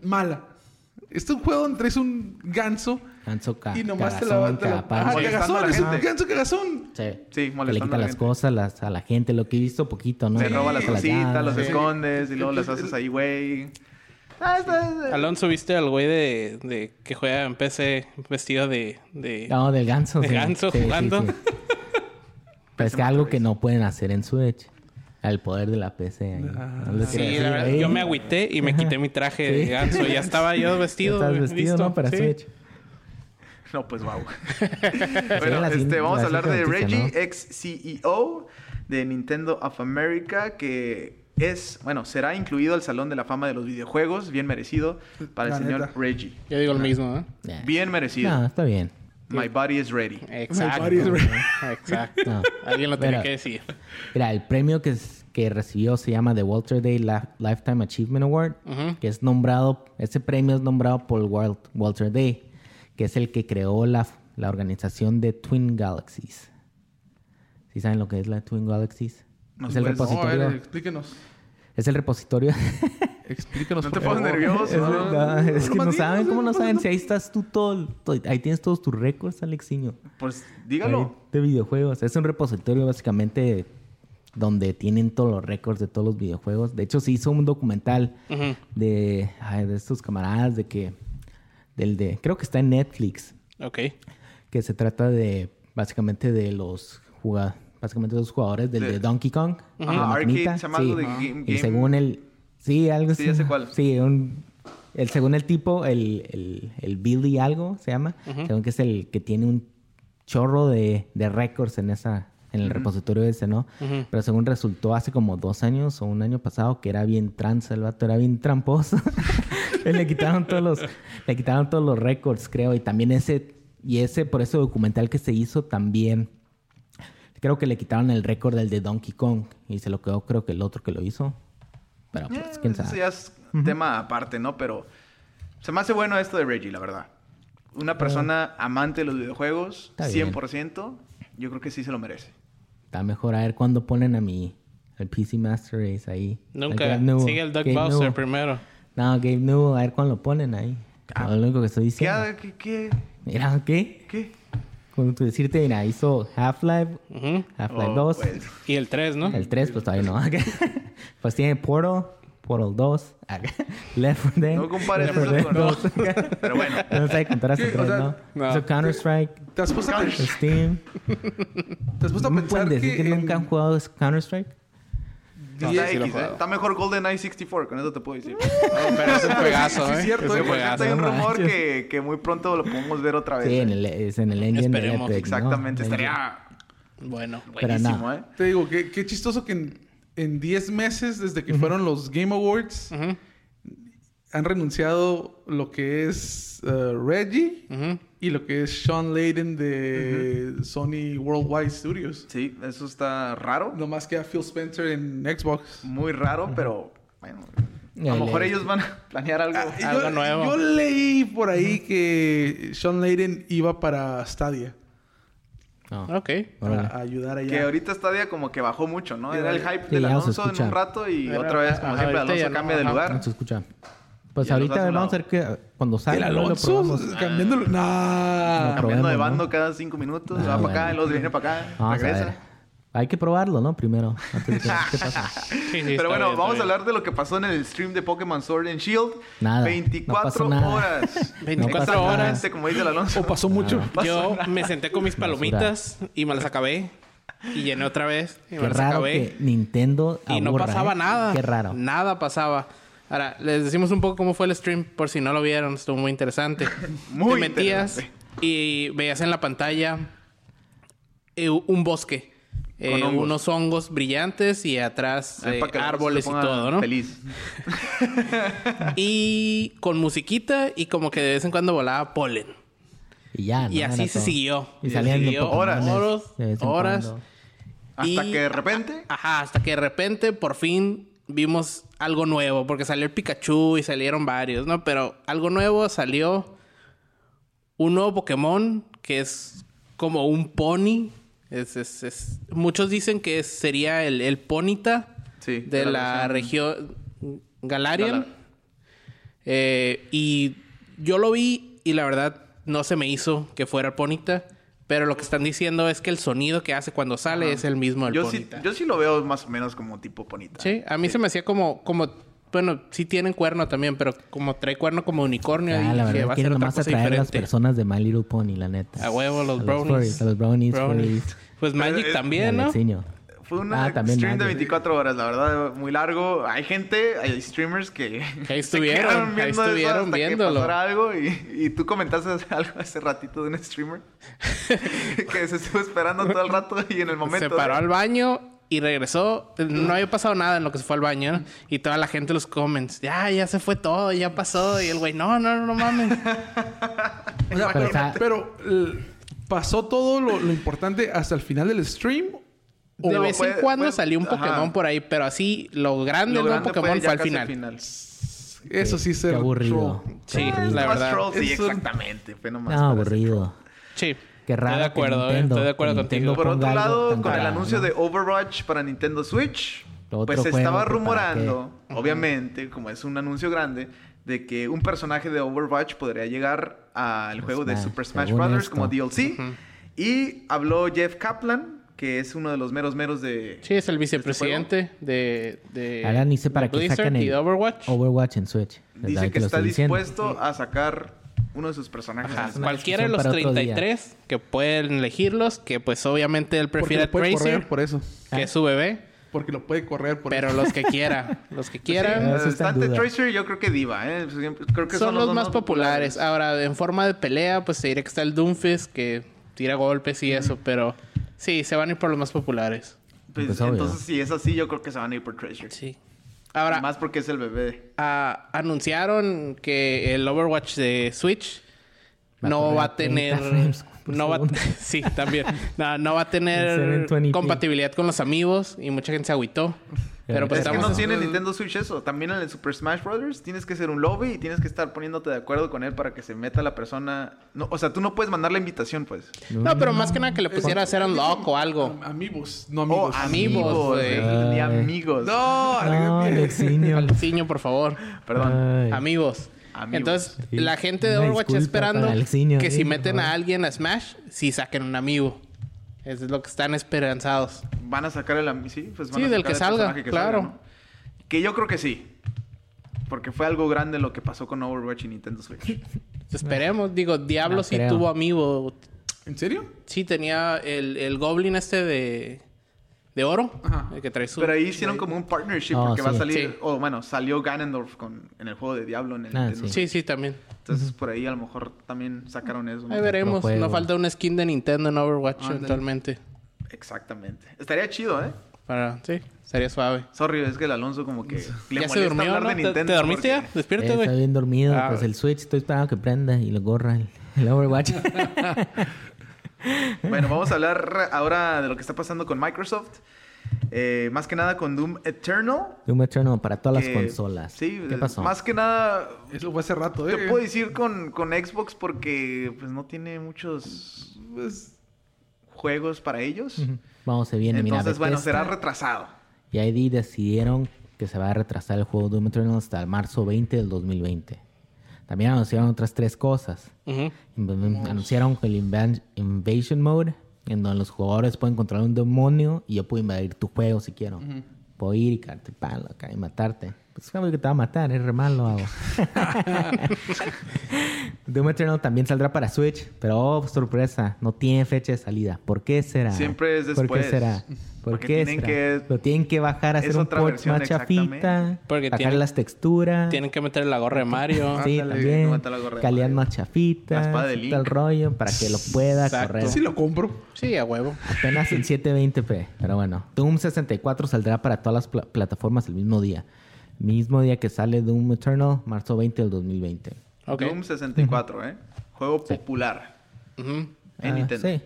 Speaker 3: mala. Este es un juego donde es un ganso
Speaker 2: Ganso ca-
Speaker 3: y nomás te
Speaker 2: cagazón,
Speaker 3: la... Te la
Speaker 2: cagapacho.
Speaker 3: ajá,
Speaker 1: Molestando a la
Speaker 3: cagazón, es un
Speaker 1: gente.
Speaker 3: ganso cagazón.
Speaker 2: Sí.
Speaker 1: Sí,
Speaker 2: Que le
Speaker 1: molestando
Speaker 2: quita
Speaker 1: a la
Speaker 2: las
Speaker 1: gente.
Speaker 2: cosas las, a la gente, lo que he visto poquito, ¿no?
Speaker 1: Se roba las
Speaker 3: Sí,
Speaker 1: cositas, los
Speaker 2: llaves.
Speaker 3: sí.
Speaker 1: escondes y luego las haces ahí, güey. Ah, está-
Speaker 4: Alonso, ¿viste al güey de, de que juega en PC vestido de... de...
Speaker 2: No, del ganso.
Speaker 4: Del ganso jugando.
Speaker 2: Pero es que algo que no pueden hacer en Switch. Al poder de la PC. ahí. No les quiero
Speaker 4: Sí,
Speaker 2: decir,
Speaker 4: la verdad,
Speaker 2: ahí.
Speaker 4: yo me agüité y me quité mi traje de
Speaker 2: Sí.
Speaker 4: ganso. Ya estaba yo
Speaker 2: Ya
Speaker 4: vestido.
Speaker 2: estás
Speaker 4: güey,
Speaker 2: vestido,
Speaker 4: listo.
Speaker 2: ¿no? Para
Speaker 4: Sí.
Speaker 2: Switch.
Speaker 1: No, pues wow. bueno,
Speaker 2: la
Speaker 1: este,
Speaker 2: sin-
Speaker 1: vamos
Speaker 2: la
Speaker 1: a hablar
Speaker 2: simple
Speaker 1: de
Speaker 2: noticia,
Speaker 1: Reggie,
Speaker 2: ¿no?
Speaker 1: ex CEO de Nintendo of America, que es, bueno, será incluido al Salón de la Fama de los Videojuegos, bien merecido para el
Speaker 3: La
Speaker 1: señor
Speaker 3: neta.
Speaker 1: Reggie.
Speaker 4: Yo digo lo mismo, ¿eh?
Speaker 2: Nah.
Speaker 1: Bien merecido.
Speaker 2: No, está bien.
Speaker 1: My body is ready.
Speaker 4: Exacto.
Speaker 3: varios, güey.
Speaker 4: Exacto.
Speaker 2: No.
Speaker 4: Alguien lo tiene
Speaker 2: Mira.
Speaker 4: que decir.
Speaker 2: Mira, el premio que, es- que recibió se llama The Walter Day La- Lifetime Achievement Award, que es nombrado, ese premio es nombrado por Wal- Walter Day, que es el que creó la, la organización de Twin Galaxies. ¿Sí saben lo que es la Twin Galaxies?
Speaker 1: Nos
Speaker 2: es, el
Speaker 1: puedes-
Speaker 3: No, a
Speaker 2: repositorio,
Speaker 3: ver, explíquenos.
Speaker 2: es el repositorio.
Speaker 3: Explíquenos.
Speaker 1: No te
Speaker 3: por
Speaker 1: pongas
Speaker 3: favor.
Speaker 1: nervioso.
Speaker 2: Es, no, es que no
Speaker 3: Nomás
Speaker 2: saben,
Speaker 3: dinos,
Speaker 2: ¿cómo no
Speaker 3: nomás
Speaker 2: saben? Si ahí estás tú todo, todo- ahí tienes todos tus récords, Alexiño.
Speaker 1: Pues dígalo.
Speaker 2: Ahí De videojuegos. Es un repositorio básicamente donde tienen todos los récords de todos los videojuegos. De hecho, se hizo un documental
Speaker 4: Ujú.
Speaker 2: de, ay, de estos camaradas de que... Del de... Creo que está en Netflix.
Speaker 4: Ok.
Speaker 2: Que se trata de... Básicamente de los jugad- Básicamente de los jugadores del
Speaker 1: De-
Speaker 2: de Donkey Kong. de
Speaker 1: Ajá,
Speaker 2: la
Speaker 1: arcade,
Speaker 2: maquinita.
Speaker 1: se llama algo de
Speaker 2: Ajá.
Speaker 1: game-
Speaker 2: Y
Speaker 1: game-
Speaker 2: según el... Sí, algo
Speaker 1: Sí, ya sé cuál.
Speaker 2: Sí, un... El, según el tipo, el, el, el Billy algo se llama, según que es el que tiene un chorro de, de récords en esa en el repositorio ese, ¿no? Pero según resultó hace como dos años o un año pasado que era bien trans el vato, era bien tramposo. Y le quitaron todos los le quitaron todos los récords, creo, y también ese y ese por ese documental que se hizo también creo que le quitaron el récord del de Donkey Kong y se lo quedó creo que el otro que lo hizo. Pero
Speaker 1: Eh,
Speaker 2: pues quién
Speaker 1: Eso
Speaker 2: sabe.
Speaker 1: ya es tema aparte, ¿no? Pero se me hace bueno esto de Reggie, la verdad. Una persona amante de los videojuegos,
Speaker 2: Ah. Está bien.
Speaker 1: 100%, yo creo que sí se lo merece.
Speaker 2: Está mejor a ver cuándo ponen a mi el PC Master Race ahí. Al
Speaker 4: Nunca.
Speaker 2: Gabe Newell.
Speaker 4: Sigue el Doug
Speaker 2: Gabe
Speaker 4: Bowser
Speaker 2: Newell.
Speaker 4: primero.
Speaker 2: No, Gabe Newell, a ver cuándo lo ponen ahí.
Speaker 1: Ah,
Speaker 2: No, lo único que
Speaker 1: ¿Qué,
Speaker 2: estoy diciendo.
Speaker 1: ha- qué, qué,
Speaker 2: Mira, ¿qué?
Speaker 1: qué?
Speaker 2: Con tu decirte, mira, hizo Half-Life,
Speaker 4: Ujú.
Speaker 2: Half-Life
Speaker 1: Oh,
Speaker 2: 2,
Speaker 1: pues.
Speaker 4: Y el 3, ¿no?
Speaker 2: el 3, pues todavía no. pues tiene Portal, Portal 2, Left 4 Dead.
Speaker 1: No compares
Speaker 2: Left 4
Speaker 1: eso con...
Speaker 2: Dead 2.
Speaker 1: Pero bueno,
Speaker 2: No sabe contar hasta
Speaker 3: ¿Qué? O
Speaker 2: 3,
Speaker 3: sea,
Speaker 2: ¿no?
Speaker 4: no.
Speaker 2: Hizo Counter-Strike,
Speaker 3: ¿Te has puesto a, pe-
Speaker 2: Steam.
Speaker 3: te has puesto
Speaker 2: ¿No
Speaker 3: a
Speaker 2: me
Speaker 3: pensar
Speaker 2: pueden decir que,
Speaker 3: que en
Speaker 2: nunca han jugado Counter-Strike?
Speaker 4: Pues,
Speaker 1: está,
Speaker 4: sí, sí lo
Speaker 1: X,
Speaker 4: juego.
Speaker 1: ¿eh? Está mejor GoldenEye 64, con eso te puedo decir. Oh,
Speaker 4: No, pero es un juegazo,
Speaker 3: sí,
Speaker 4: ¿eh?
Speaker 3: es cierto,
Speaker 4: es
Speaker 3: eh, por
Speaker 4: un
Speaker 1: Porque
Speaker 4: juegazo.
Speaker 1: hay un
Speaker 2: no
Speaker 1: rumor
Speaker 2: manches.
Speaker 1: que, que muy pronto lo podemos ver otra vez.
Speaker 2: Sí, en
Speaker 1: ¿eh?
Speaker 2: el, es en el engine
Speaker 4: Esperemos,
Speaker 2: de Epic, ¿no?
Speaker 1: Exactamente,
Speaker 2: El-
Speaker 1: estaría
Speaker 4: Bueno.
Speaker 2: Pero
Speaker 1: buenísimo,
Speaker 2: no.
Speaker 1: ¿eh?
Speaker 3: Te digo, qué, qué chistoso que en- en 10 meses, desde que fueron los Game Awards,
Speaker 4: Ujú.
Speaker 3: han renunciado lo que es eh, Reggie
Speaker 4: Ujú.
Speaker 3: y lo que es Sean Layden de Sony Worldwide Studios.
Speaker 1: Sí, eso está raro.
Speaker 3: Nomás queda Phil Spencer en Xbox.
Speaker 1: Muy raro, pero bueno. A
Speaker 2: El-
Speaker 1: lo mejor
Speaker 2: el-
Speaker 1: ellos van a planear algo.
Speaker 4: Algo
Speaker 3: yo,
Speaker 4: nuevo.
Speaker 3: yo leí por ahí que Sean Layden iba para Stadia.
Speaker 2: No.
Speaker 4: Ok.
Speaker 3: Para
Speaker 2: Órale.
Speaker 3: ayudar allá.
Speaker 1: Que ahorita Stadia como que bajó mucho, ¿no? Era el hype
Speaker 2: Sí,
Speaker 1: del
Speaker 2: ya se
Speaker 1: Alonso en
Speaker 2: escucha.
Speaker 1: un rato y
Speaker 4: Era-
Speaker 1: otra vez, como
Speaker 4: ajá,
Speaker 1: siempre,
Speaker 4: ahorita ya
Speaker 1: Alonso
Speaker 4: no,
Speaker 1: cambia de
Speaker 4: ajá.
Speaker 1: lugar.
Speaker 2: No se escucha. Pues
Speaker 1: Ya los
Speaker 2: ahorita
Speaker 1: hace a un
Speaker 2: vamos a ver que cuando salga
Speaker 3: El
Speaker 2: luego lo
Speaker 3: Alonso
Speaker 2: probamos.
Speaker 3: cambiándolo. Nah.
Speaker 2: No,
Speaker 1: Cambiando Ah, de
Speaker 2: probemos,
Speaker 1: bando
Speaker 2: ¿no?
Speaker 1: cada cinco minutos,
Speaker 2: Ah,
Speaker 1: va
Speaker 2: bueno. Ah,
Speaker 1: para acá, luego se viene para acá,
Speaker 2: Vamos a ver.
Speaker 1: regresa.
Speaker 2: Hay que probarlo, ¿no? Primero. Antes de que qué pasa.
Speaker 4: Sí, sí, está
Speaker 1: Pero bueno,
Speaker 4: bien,
Speaker 1: vamos
Speaker 4: está
Speaker 1: a
Speaker 4: bien.
Speaker 1: hablar de lo que pasó en el stream de Pokémon Sword and Shield.
Speaker 2: Nada, no
Speaker 1: 24
Speaker 2: pasó nada.
Speaker 1: horas.
Speaker 4: 24
Speaker 1: Exactamente,
Speaker 4: horas.
Speaker 1: como dice el Alonso.
Speaker 3: O pasó mucho.
Speaker 4: Ah, Yo me senté con mis palomitas y me las acabé. Y llené otra vez y me
Speaker 2: Qué
Speaker 4: las
Speaker 2: raro que
Speaker 4: acabé.
Speaker 2: Nintendo
Speaker 4: ¿eh? y no
Speaker 2: aburra,
Speaker 4: pasaba
Speaker 2: ¿eh?
Speaker 4: nada.
Speaker 2: Qué raro.
Speaker 4: Nada pasaba. Ahora, les decimos un poco cómo fue el stream, por si no lo vieron, estuvo muy interesante.
Speaker 1: Muy
Speaker 4: Te metías
Speaker 1: interesante.
Speaker 4: y veías en la pantalla eh, un bosque. eh,
Speaker 1: Con hongos.
Speaker 4: unos hongos brillantes y atrás
Speaker 1: Ahí
Speaker 4: eh,
Speaker 1: para que el Alonso
Speaker 4: árboles
Speaker 1: se
Speaker 4: y
Speaker 1: ponga
Speaker 4: todo, ¿no?
Speaker 1: Feliz.
Speaker 4: Y con musiquita y como que de vez en cuando volaba polen.
Speaker 2: Y ya, ¿no?
Speaker 4: Y así
Speaker 2: Era
Speaker 4: se
Speaker 2: todo.
Speaker 4: siguió.
Speaker 2: Y
Speaker 4: Y
Speaker 2: salían
Speaker 4: siguió
Speaker 2: los Pokémones
Speaker 4: horas,
Speaker 2: de vez en
Speaker 4: horas.
Speaker 2: cuando.
Speaker 1: Hasta
Speaker 4: Y-
Speaker 1: que de repente,
Speaker 4: Ajá, hasta que de repente por fin vimos algo nuevo, porque salió el Pikachu y salieron varios, ¿no? Pero algo nuevo salió un nuevo Pokémon que es como un pony. Es, es- es- Muchos dicen que es- sería el, el Ponita
Speaker 1: Sí,
Speaker 4: de
Speaker 1: de la
Speaker 4: la, región Galarian.
Speaker 1: Galar.
Speaker 4: Eh, y yo lo vi y la verdad no se me hizo que fuera el Ponita. Pero lo que están diciendo es que el sonido que hace cuando sale es el mismo del
Speaker 1: yo sí,
Speaker 4: Ponita.
Speaker 1: yo sí lo veo más o menos como tipo ponita.
Speaker 4: Sí, a mí se me hacía como, como, bueno, sí tienen cuerno también, pero como trae cuerno como unicornio
Speaker 2: Ya,
Speaker 4: y
Speaker 2: Ah, la
Speaker 4: que
Speaker 2: verdad,
Speaker 4: va a ser
Speaker 2: quieren
Speaker 4: otra
Speaker 2: nomás
Speaker 4: cosa
Speaker 2: atraer a las
Speaker 4: diferente.
Speaker 2: personas de My Little Pony, la neta.
Speaker 4: A huevo, los
Speaker 2: A
Speaker 4: brownies.
Speaker 2: furries, a los brownies,
Speaker 4: Brownies.
Speaker 2: furries.
Speaker 4: Pues Magic
Speaker 1: es-
Speaker 4: también,
Speaker 2: Y
Speaker 4: ¿no?
Speaker 2: Alexiño.
Speaker 1: Fue una
Speaker 2: Ah, también
Speaker 1: stream de
Speaker 2: nadie.
Speaker 1: 24 horas, la verdad, muy largo. Hay gente, hay streamers que
Speaker 4: Ahí
Speaker 1: se
Speaker 4: estuvieron,
Speaker 1: quedaron
Speaker 4: ahí
Speaker 1: viendo eso
Speaker 4: estuvieron
Speaker 1: hasta que
Speaker 4: viéndolo.
Speaker 1: pasara algo y, y tú comentaste hace- algo hace ratito de un streamer que se estuvo esperando todo el rato y en el momento eh,
Speaker 4: se paró
Speaker 1: de-
Speaker 4: al baño y regresó. No había pasado nada en lo que se fue al baño. ¿no? Y toda la gente en los comments. Ya, ya se fue todo, ya pasó. Y el güey, no, no, no mames.
Speaker 3: O sea,
Speaker 2: Pero
Speaker 3: pero,
Speaker 2: está-
Speaker 3: pero, l- pasó todo lo, lo importante hasta el final del stream.
Speaker 4: De
Speaker 1: Luego
Speaker 4: vez en
Speaker 1: fue-
Speaker 4: cuando
Speaker 1: fue-
Speaker 4: salió un
Speaker 1: ajá.
Speaker 4: Pokémon por ahí, pero así lo grande
Speaker 1: Lo
Speaker 4: de un
Speaker 1: grande
Speaker 4: Pokémon fue,
Speaker 1: pues, ya
Speaker 4: al
Speaker 1: casi
Speaker 4: final.
Speaker 3: Eso
Speaker 2: Qué-
Speaker 3: sí se
Speaker 2: Qué aburrido.
Speaker 3: troll.
Speaker 4: Sí,
Speaker 2: Qué
Speaker 4: la
Speaker 1: Más
Speaker 4: verdad.
Speaker 1: trolls, Ah, sí,
Speaker 3: Es un-
Speaker 1: exactamente. Fue nomás
Speaker 2: No,
Speaker 1: para hacer
Speaker 2: aburrido.
Speaker 4: Sí.
Speaker 2: Qué raro.
Speaker 4: Estoy de
Speaker 2: que
Speaker 4: acuerdo, eh.
Speaker 2: Nintendo-
Speaker 4: Estoy de acuerdo
Speaker 2: que
Speaker 4: contigo.
Speaker 2: Nintendo
Speaker 1: Por otro
Speaker 2: ponga algo
Speaker 1: lado,
Speaker 2: tan
Speaker 1: con el
Speaker 2: raro,
Speaker 1: anuncio
Speaker 2: ¿no?
Speaker 1: de Overwatch para Nintendo Switch,
Speaker 2: Otro
Speaker 1: pues se
Speaker 2: juego
Speaker 1: estaba
Speaker 2: que para
Speaker 1: rumorando, obviamente, como es un anuncio grande, de que un personaje de Overwatch podría llegar al juego de
Speaker 2: Smash,
Speaker 1: Super Smash
Speaker 2: Pues según
Speaker 1: Brothers
Speaker 2: esto.
Speaker 1: como DLC. Y habló Jeff Kaplan, que es uno de los meros meros de...
Speaker 4: Sí, es el vicepresidente de, de.
Speaker 2: Ahora ni sé para
Speaker 4: de
Speaker 2: qué
Speaker 4: Blizzard
Speaker 2: sacan
Speaker 4: y
Speaker 2: el
Speaker 4: de Overwatch.
Speaker 2: Overwatch en Switch. ¿verdad?
Speaker 1: Dice que
Speaker 2: lo
Speaker 1: está
Speaker 2: estoy diciendo.
Speaker 1: dispuesto a sacar uno de sus personajes.
Speaker 4: Ajá.
Speaker 1: en Smash.
Speaker 4: Cualquiera de
Speaker 2: discusión
Speaker 4: los
Speaker 2: para otro día.
Speaker 4: 33 que pueden elegirlos, que pues obviamente él
Speaker 3: Porque
Speaker 4: prefiere a
Speaker 3: lo puede
Speaker 4: Tracer,
Speaker 3: correr por eso.
Speaker 2: Ah.
Speaker 4: que es su bebé,
Speaker 3: Porque lo puede correr por
Speaker 4: pero
Speaker 3: eso.
Speaker 4: los que quiera, los
Speaker 2: Sí,
Speaker 4: que
Speaker 1: Eh,
Speaker 4: quieran.
Speaker 2: eso está en
Speaker 1: Dante
Speaker 2: duda.
Speaker 1: Tracer yo creo que Diva, ¿eh? Creo que
Speaker 4: son,
Speaker 1: son,
Speaker 4: los,
Speaker 1: dos
Speaker 4: más populares. Ahora, en forma de pelea, pues se dirá que está el Doomfist, que tira golpes y eso, pero sí, se van a ir por los más populares.
Speaker 1: Pues,
Speaker 2: Pues, obvio.
Speaker 1: entonces, si es así, yo creo que se van a ir por Treasure.
Speaker 4: Sí. Ahora,
Speaker 1: Más porque es el bebé.
Speaker 4: ah, anunciaron que el Overwatch de Switch
Speaker 2: Va a
Speaker 4: no
Speaker 2: correr
Speaker 4: va
Speaker 2: a
Speaker 4: a
Speaker 2: 30
Speaker 4: tener
Speaker 2: frames por
Speaker 4: no va
Speaker 2: segundo.
Speaker 4: sí también no, no va a
Speaker 2: En
Speaker 4: tener
Speaker 2: 720p.
Speaker 4: compatibilidad con los amigos y mucha gente se agüitó pero pues
Speaker 1: es que
Speaker 4: estamos
Speaker 1: no tiene Nintendo Switch eso. También en el Super Smash Brothers tienes que hacer un lobby y tienes que estar poniéndote de acuerdo con él para que se meta la persona. No, o sea, tú no puedes mandar la invitación, pues.
Speaker 4: no pero más que nada que le pusiera a hacer un lock o algo
Speaker 3: Am- Amigos, no amigos.
Speaker 1: Oh,
Speaker 4: amigos, güey.
Speaker 1: güey. Ni
Speaker 2: Ay.
Speaker 1: amigos.
Speaker 3: No,
Speaker 2: No, Alexiño.
Speaker 4: Alexiño por favor
Speaker 1: Perdón.
Speaker 2: Ay.
Speaker 4: amigos
Speaker 1: Amigos.
Speaker 4: entonces
Speaker 2: Sí.
Speaker 4: la gente de
Speaker 2: Una
Speaker 4: Overwatch está
Speaker 2: disculpa
Speaker 4: esperando
Speaker 2: para Alexiño,
Speaker 4: que
Speaker 2: sí,
Speaker 4: si
Speaker 2: por
Speaker 4: meten a
Speaker 2: favor.
Speaker 4: alguien a Smash si saquen un amigo eso es lo que están esperanzados
Speaker 1: Van a sacar el ami- Sí, pues van
Speaker 4: Sí,
Speaker 1: a
Speaker 4: del
Speaker 1: sacar
Speaker 4: que
Speaker 1: el
Speaker 4: salga,
Speaker 1: personaje que salga,
Speaker 4: claro.
Speaker 1: ¿no? Que yo creo que sí. Porque fue algo grande lo que pasó con Overwatch y Nintendo Switch.
Speaker 4: esperemos digo Diablo
Speaker 2: No
Speaker 4: sí
Speaker 2: creo.
Speaker 4: tuvo amigo
Speaker 3: ¿En serio?
Speaker 4: Sí, tenía el, el Goblin este de, de oro.
Speaker 3: Ajá.
Speaker 4: El que trae su.
Speaker 1: Pero ahí hicieron como un partnership
Speaker 2: Oh,
Speaker 1: porque va a
Speaker 2: sí.
Speaker 1: salir.
Speaker 4: Sí.
Speaker 1: O bueno, salió Ganondorf con, en el juego de Diablo en el
Speaker 2: Ah,
Speaker 1: Nintendo
Speaker 2: sí.
Speaker 4: Sí, sí, también.
Speaker 1: Entonces por ahí a lo mejor también sacaron eso. ¿no?
Speaker 4: Ahí veremos.
Speaker 2: juego.
Speaker 4: No falta un skin de Nintendo en Overwatch
Speaker 3: Ándale.
Speaker 4: eventualmente.
Speaker 1: Exactamente. Estaría chido, ¿eh?
Speaker 4: Para... Sí, sería suave.
Speaker 1: Sorry, es que el Alonso como que le
Speaker 4: ya
Speaker 1: molesta
Speaker 4: se durmió,
Speaker 1: hablar
Speaker 4: ¿no?
Speaker 1: de
Speaker 4: ¿Te-
Speaker 1: Nintendo.
Speaker 4: ¿Te, dormiste ya?
Speaker 1: porque-
Speaker 4: Despiértate,
Speaker 2: Eh, Está
Speaker 4: güey.
Speaker 2: bien dormido.
Speaker 4: Ah,
Speaker 2: pues
Speaker 4: güey.
Speaker 2: el Switch estoy esperando que prenda y lo gorra el, el Overwatch.
Speaker 1: Bueno, vamos a hablar ahora de lo que está pasando con Microsoft. Eh, más que nada con Doom Eternal.
Speaker 2: Doom Eternal para todas
Speaker 1: que-
Speaker 2: las consolas.
Speaker 1: Sí,
Speaker 2: ¿Qué
Speaker 1: eh,
Speaker 2: pasó?
Speaker 1: más que nada
Speaker 3: Eso fue hace rato, ¿eh?
Speaker 1: te puedo decir con, con Xbox porque pues no tiene muchos
Speaker 3: Pues,
Speaker 1: juegos para ellos.
Speaker 2: Ujú. Vamos, se viene.
Speaker 1: Entonces,
Speaker 2: mira,
Speaker 1: bueno, será
Speaker 2: Bethesda
Speaker 1: retrasado.
Speaker 2: Y ID decidieron que se va a retrasar el juego Doom Eternal hasta el marzo 20 del 2020. También anunciaron otras tres cosas.
Speaker 4: Ujú.
Speaker 2: Inv- Anunciaron el invan- Invasion Mode, en donde los jugadores pueden controlar un demonio y yo puedo invadir tu juego si quiero. Puedo ir y cagarte el palo acá y matarte. Pues claro que te va a matar, es re malo. hago. Doom Eternal también saldrá para Switch, pero oh, sorpresa, no tiene fecha de salida. ¿Por qué será?
Speaker 1: Siempre es
Speaker 2: ¿Por
Speaker 1: después.
Speaker 2: qué será? ¿Por
Speaker 1: Porque
Speaker 2: qué
Speaker 1: tienen
Speaker 2: será?
Speaker 1: que-
Speaker 2: Lo tienen que bajar a
Speaker 1: Es
Speaker 2: hacer un
Speaker 1: otra
Speaker 2: port
Speaker 1: versión,
Speaker 2: más chafita,
Speaker 1: exactamente.
Speaker 4: Porque
Speaker 2: bajar
Speaker 4: tienen-
Speaker 2: las texturas.
Speaker 4: Tienen que meter la gorra de Mario.
Speaker 2: Sí,
Speaker 3: Ándale,
Speaker 1: no
Speaker 2: también.
Speaker 1: mata la gorra de
Speaker 2: Calidad
Speaker 1: Mario.
Speaker 2: más chafita.
Speaker 1: La espada de Link.
Speaker 2: Todo el rollo para que lo pueda
Speaker 4: Exacto.
Speaker 2: correr.
Speaker 3: sí lo compro.
Speaker 4: Sí, a huevo.
Speaker 2: Apenas en 720p. Pero bueno. Doom 64 saldrá para todas las pla- plataformas el mismo día. Mismo día que sale Doom Eternal, marzo 20 del 2020.
Speaker 4: Ok.
Speaker 1: Doom 64, ¿eh? Juego popular
Speaker 4: Ujú.
Speaker 1: en
Speaker 2: Ah,
Speaker 1: Nintendo.
Speaker 2: Sí.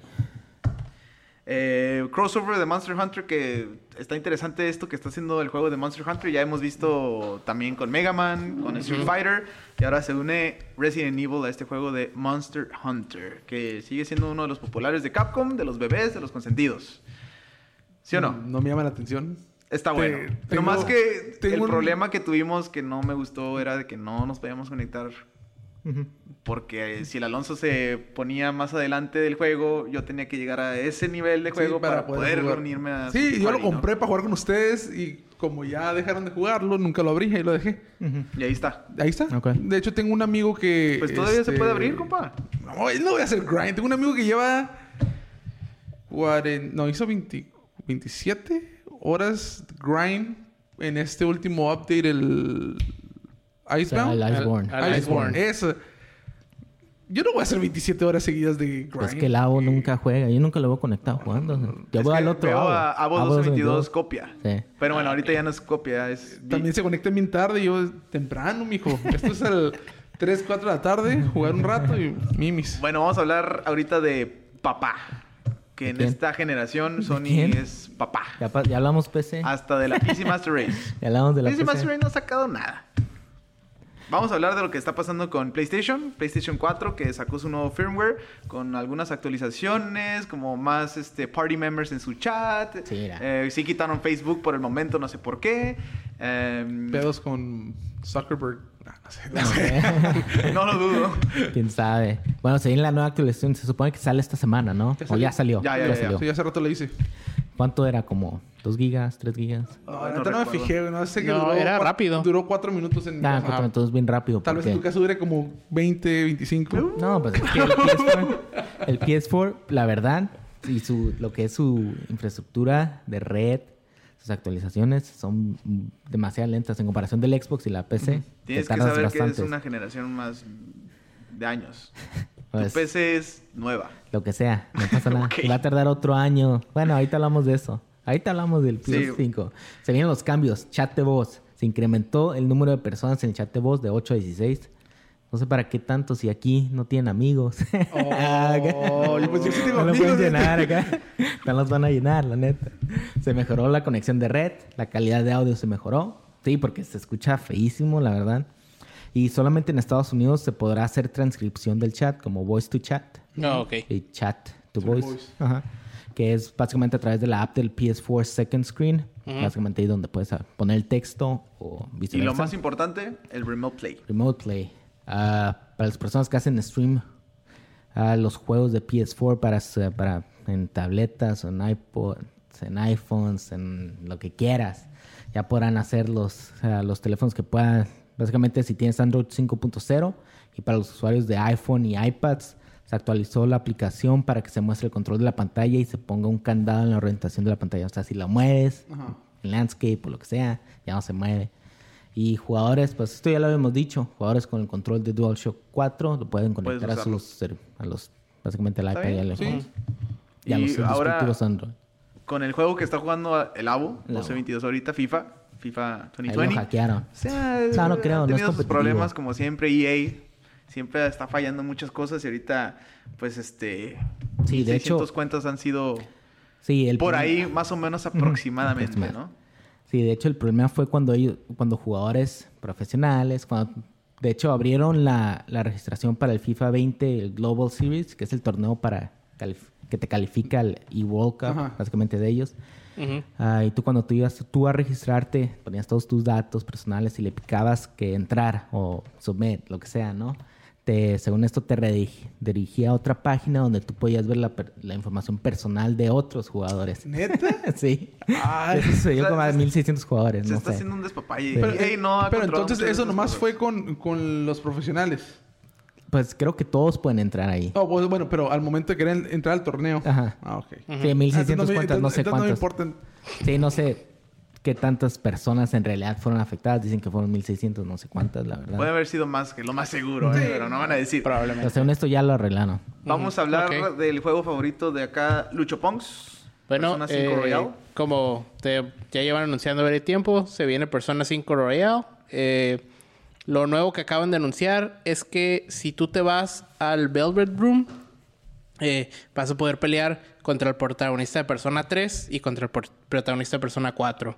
Speaker 1: Eh, crossover de Monster Hunter que está interesante esto que está haciendo el juego de Monster Hunter. Ya hemos visto también con Mega Man, con Street Fighter y ahora se une Resident Evil a este juego de Monster Hunter que sigue siendo uno de los populares de Capcom, de los bebés, de los consentidos. ¿Sí o no?
Speaker 3: No me llama la atención.
Speaker 1: Está
Speaker 3: Mm, Te-
Speaker 1: bueno.
Speaker 3: tengo-
Speaker 1: Nomás que
Speaker 3: tengo
Speaker 1: el
Speaker 3: un-
Speaker 1: problema que tuvimos que no me gustó era de que no nos podíamos conectar. Porque eh, si el Alonso se ponía más adelante del juego, yo tenía que llegar a ese nivel de juego
Speaker 3: Sí,
Speaker 1: para, poder,
Speaker 3: jugar.
Speaker 1: reunirme a.
Speaker 3: Sí,
Speaker 1: su
Speaker 3: yo lo
Speaker 1: party, ¿no?
Speaker 3: compré para jugar con ustedes y como ya dejaron de jugarlo, nunca lo abrí y lo dejé.
Speaker 1: Y ahí está.
Speaker 3: Ahí está.
Speaker 2: Ok.
Speaker 3: De hecho, tengo un amigo que.
Speaker 1: Pues todavía
Speaker 3: este,
Speaker 1: se puede abrir, compa.
Speaker 3: No, él no voy a hacer grind. Tengo un amigo que lleva. cuaren- No, hizo 20 27 horas grind en este último update, el
Speaker 2: O sea,
Speaker 3: Icebound.
Speaker 2: el Iceborne.
Speaker 4: al-
Speaker 3: Iceborne.
Speaker 4: al Iceborne.
Speaker 3: Eso. Yo no voy a hacer 27 horas seguidas de grind.
Speaker 2: Pues que el Abo nunca juega. Yo nunca lo veo conectado jugando. Yo
Speaker 1: Es
Speaker 2: veo
Speaker 1: que
Speaker 2: al otro Ah,
Speaker 1: veo
Speaker 2: Abo.
Speaker 1: a Abo
Speaker 2: Abo
Speaker 1: 222 copia.
Speaker 2: Sí.
Speaker 1: Pero bueno, ahorita ya no es copia, es...
Speaker 3: También se conecta bien tarde. y Yo temprano, mijo. Esto es al 3, 4 de la tarde. Jugar un rato y mimis.
Speaker 1: Bueno, vamos a hablar ahorita de papá. Que en
Speaker 2: quién?
Speaker 1: esta generación Sony
Speaker 2: quién?
Speaker 1: es papá.
Speaker 2: Ya, pa- ya hablamos PC.
Speaker 1: Hasta de la PC Master Race.
Speaker 2: Ya hablamos de la
Speaker 1: PC Master
Speaker 2: PC.
Speaker 1: Race no ha sacado nada. Vamos a hablar de lo que está pasando con PlayStation, PlayStation 4, que sacó su nuevo firmware con algunas actualizaciones, como más este, party members en su chat.
Speaker 2: Sí, era.
Speaker 1: Eh, sí quitaron Facebook por el momento, no sé por qué. Em,
Speaker 3: Pedos con Zuckerberg. Ah, no sé. No sé.
Speaker 2: Eh,
Speaker 1: no lo dudo.
Speaker 2: ¿Quién sabe? Bueno, se viene la nueva actualización. Se supone que sale esta semana, ¿no?
Speaker 3: Ya
Speaker 2: O ya salió.
Speaker 3: salió.
Speaker 1: Ya, ya, ya, ya.
Speaker 2: salió.
Speaker 3: Sí, hace rato le hice.
Speaker 2: ¿Cuánto era? ¿Como 2 gigas? ¿3 gigas?
Speaker 3: No,
Speaker 1: Ay,
Speaker 3: ahorita no, me
Speaker 1: recuerdo.
Speaker 3: fijé, güey, no sé que
Speaker 4: No,
Speaker 3: duró
Speaker 4: era
Speaker 3: cua-
Speaker 4: rápido.
Speaker 3: Duró cuatro minutos
Speaker 1: Mm,
Speaker 3: en mi
Speaker 2: Ah,
Speaker 3: casa.
Speaker 2: cuatro minutos bien rápido.
Speaker 3: Tal vez en
Speaker 2: porque-
Speaker 3: tu caso dure como 20, 25.
Speaker 2: No, pues es que el PS4, el PS4, la verdad, y su, lo que es su infraestructura de red, sus actualizaciones son demasiado lentas en comparación del Xbox y la PC. te
Speaker 1: Tienes que
Speaker 2: tardas
Speaker 1: saber que
Speaker 2: bastante.
Speaker 1: es una generación más de años.
Speaker 2: Pues,
Speaker 1: Tu PC es nueva.
Speaker 2: Lo que sea, no pasa nada.
Speaker 1: Ok.
Speaker 2: Va a tardar otro año. Bueno, ahorita hablamos de eso. Ahorita hablamos del
Speaker 1: Sí.
Speaker 2: PS5. Se vienen los cambios. Chat de voz. Se incrementó el número de personas en el chat de voz de 8 a 16. No sé para qué tanto si aquí no tienen amigos.
Speaker 3: Oh, yo pues yo sí tengo
Speaker 2: No lo
Speaker 3: amigos.
Speaker 2: pueden llenar acá. No los van a llenar, la neta. Se mejoró la conexión de red, la calidad de audio se mejoró. Sí, porque se escucha feísimo, la verdad. Y solamente en Estados Unidos se podrá hacer transcripción del chat, como voice to chat
Speaker 4: No, Oh, ok.
Speaker 2: y chat to
Speaker 3: To
Speaker 2: voice.
Speaker 3: voice.
Speaker 2: Ajá. Que es básicamente a través de la app del PS4 Second Screen. Básicamente ahí donde puedes ah, poner el texto o
Speaker 1: Y
Speaker 2: viceversa.
Speaker 1: lo más importante, el Remote Play.
Speaker 2: Remote Play. Ah, para las personas que hacen stream a los juegos de PS4 para, s- para en tabletas, en iPods, en iPhones, en lo que quieras. Ya podrán hacer los, ah, los teléfonos que puedan. Básicamente si tienes Android 5.0 y para los usuarios de iPhone y iPads se actualizó la aplicación para que se muestre el control de la pantalla y se ponga un candado en la orientación de la pantalla. O sea, si la mueves,
Speaker 3: Ajá.
Speaker 2: en landscape o lo que sea, ya no se mueve. Y jugadores, pues esto ya lo habíamos dicho, jugadores con el control de DualShock 4 lo pueden
Speaker 1: Puedes
Speaker 2: conectar a
Speaker 1: usarlo.
Speaker 2: sus ser- a los básicamente al iPad
Speaker 1: bien,
Speaker 2: y al
Speaker 3: sí.
Speaker 2: iPhone. Y a
Speaker 1: Y
Speaker 2: los
Speaker 1: ahora-
Speaker 2: dispositivos Android.
Speaker 1: Con el juego que está jugando el ABO,
Speaker 2: El ABO.
Speaker 1: 1222 ahorita, FIFA, FIFA
Speaker 2: Ahí lo
Speaker 1: 2020.
Speaker 2: hackearon.
Speaker 1: O sea,
Speaker 2: No, no creo,
Speaker 1: ha
Speaker 2: no es
Speaker 1: tenido sus
Speaker 2: competitivo.
Speaker 1: problemas como siempre EA. Siempre está fallando muchas cosas y ahorita, pues, este...
Speaker 2: Sí, de hecho-
Speaker 1: 600 cuentas han sido
Speaker 2: Sí, el
Speaker 1: por
Speaker 2: primer-
Speaker 1: ahí más o menos aproximadamente, ¿no?
Speaker 2: Sí, de hecho el problema fue cuando ellos, cuando jugadores profesionales, cuando de hecho abrieron la, la registración para el FIFA 20, el Global Series, que es el torneo para calif- que te califica al E-World Cup,
Speaker 3: Ajá.
Speaker 2: básicamente de ellos.
Speaker 4: Ujú.
Speaker 2: Ah, y tú cuando tú ibas tú a registrarte, ponías todos tus datos personales y le picabas que entrar o submit, lo que sea, ¿no? Te, según esto te redirigía a otra página donde tú podías ver la, per- la información personal de otros jugadores.
Speaker 3: ¿Neta?
Speaker 2: sí.
Speaker 3: Ah,
Speaker 2: Eso se dio
Speaker 1: o sea,
Speaker 2: como a
Speaker 1: se-
Speaker 2: 1600 jugadores,
Speaker 1: Se
Speaker 2: no
Speaker 1: está
Speaker 2: sé.
Speaker 1: haciendo un despapalle.
Speaker 2: Pero-
Speaker 1: EA no ha
Speaker 3: Pero
Speaker 1: controlado muchas
Speaker 3: entonces
Speaker 1: de
Speaker 3: eso
Speaker 1: esas
Speaker 3: nomás
Speaker 1: cosas.
Speaker 3: fue con, con los profesionales.
Speaker 2: Pues creo que todos pueden entrar ahí.
Speaker 3: Oh, pues, bueno, pero al momento de querer entrar al torneo.
Speaker 2: Ajá.
Speaker 3: Ah, ok.
Speaker 2: Sí,
Speaker 3: Ah, entonces
Speaker 2: 1600
Speaker 3: me-
Speaker 2: cuentas, no sé
Speaker 3: entonces
Speaker 2: cuántas.
Speaker 3: No me importan.
Speaker 2: Sí, no sé qué tantas personas en realidad fueron afectadas. Dicen que fueron 1600, no sé cuántas, la verdad.
Speaker 1: Puede haber sido más que lo más seguro, ¿eh? pero no van a decir.
Speaker 2: Pero según esto ya lo arreglaron.
Speaker 1: Vamos a hablar
Speaker 4: Ok.
Speaker 1: del juego favorito de acá, Lucho Pongs.
Speaker 4: Bueno,
Speaker 1: Persona 5
Speaker 4: eh,
Speaker 1: Royal.
Speaker 4: como te, ya llevan anunciando el tiempo, se viene Persona 5 Royal. Eh, lo nuevo que acaban de anunciar es que si tú te vas al Velvet Room, eh, vas a poder pelear contra el protagonista de Persona 3 y contra el por- protagonista de Persona 4.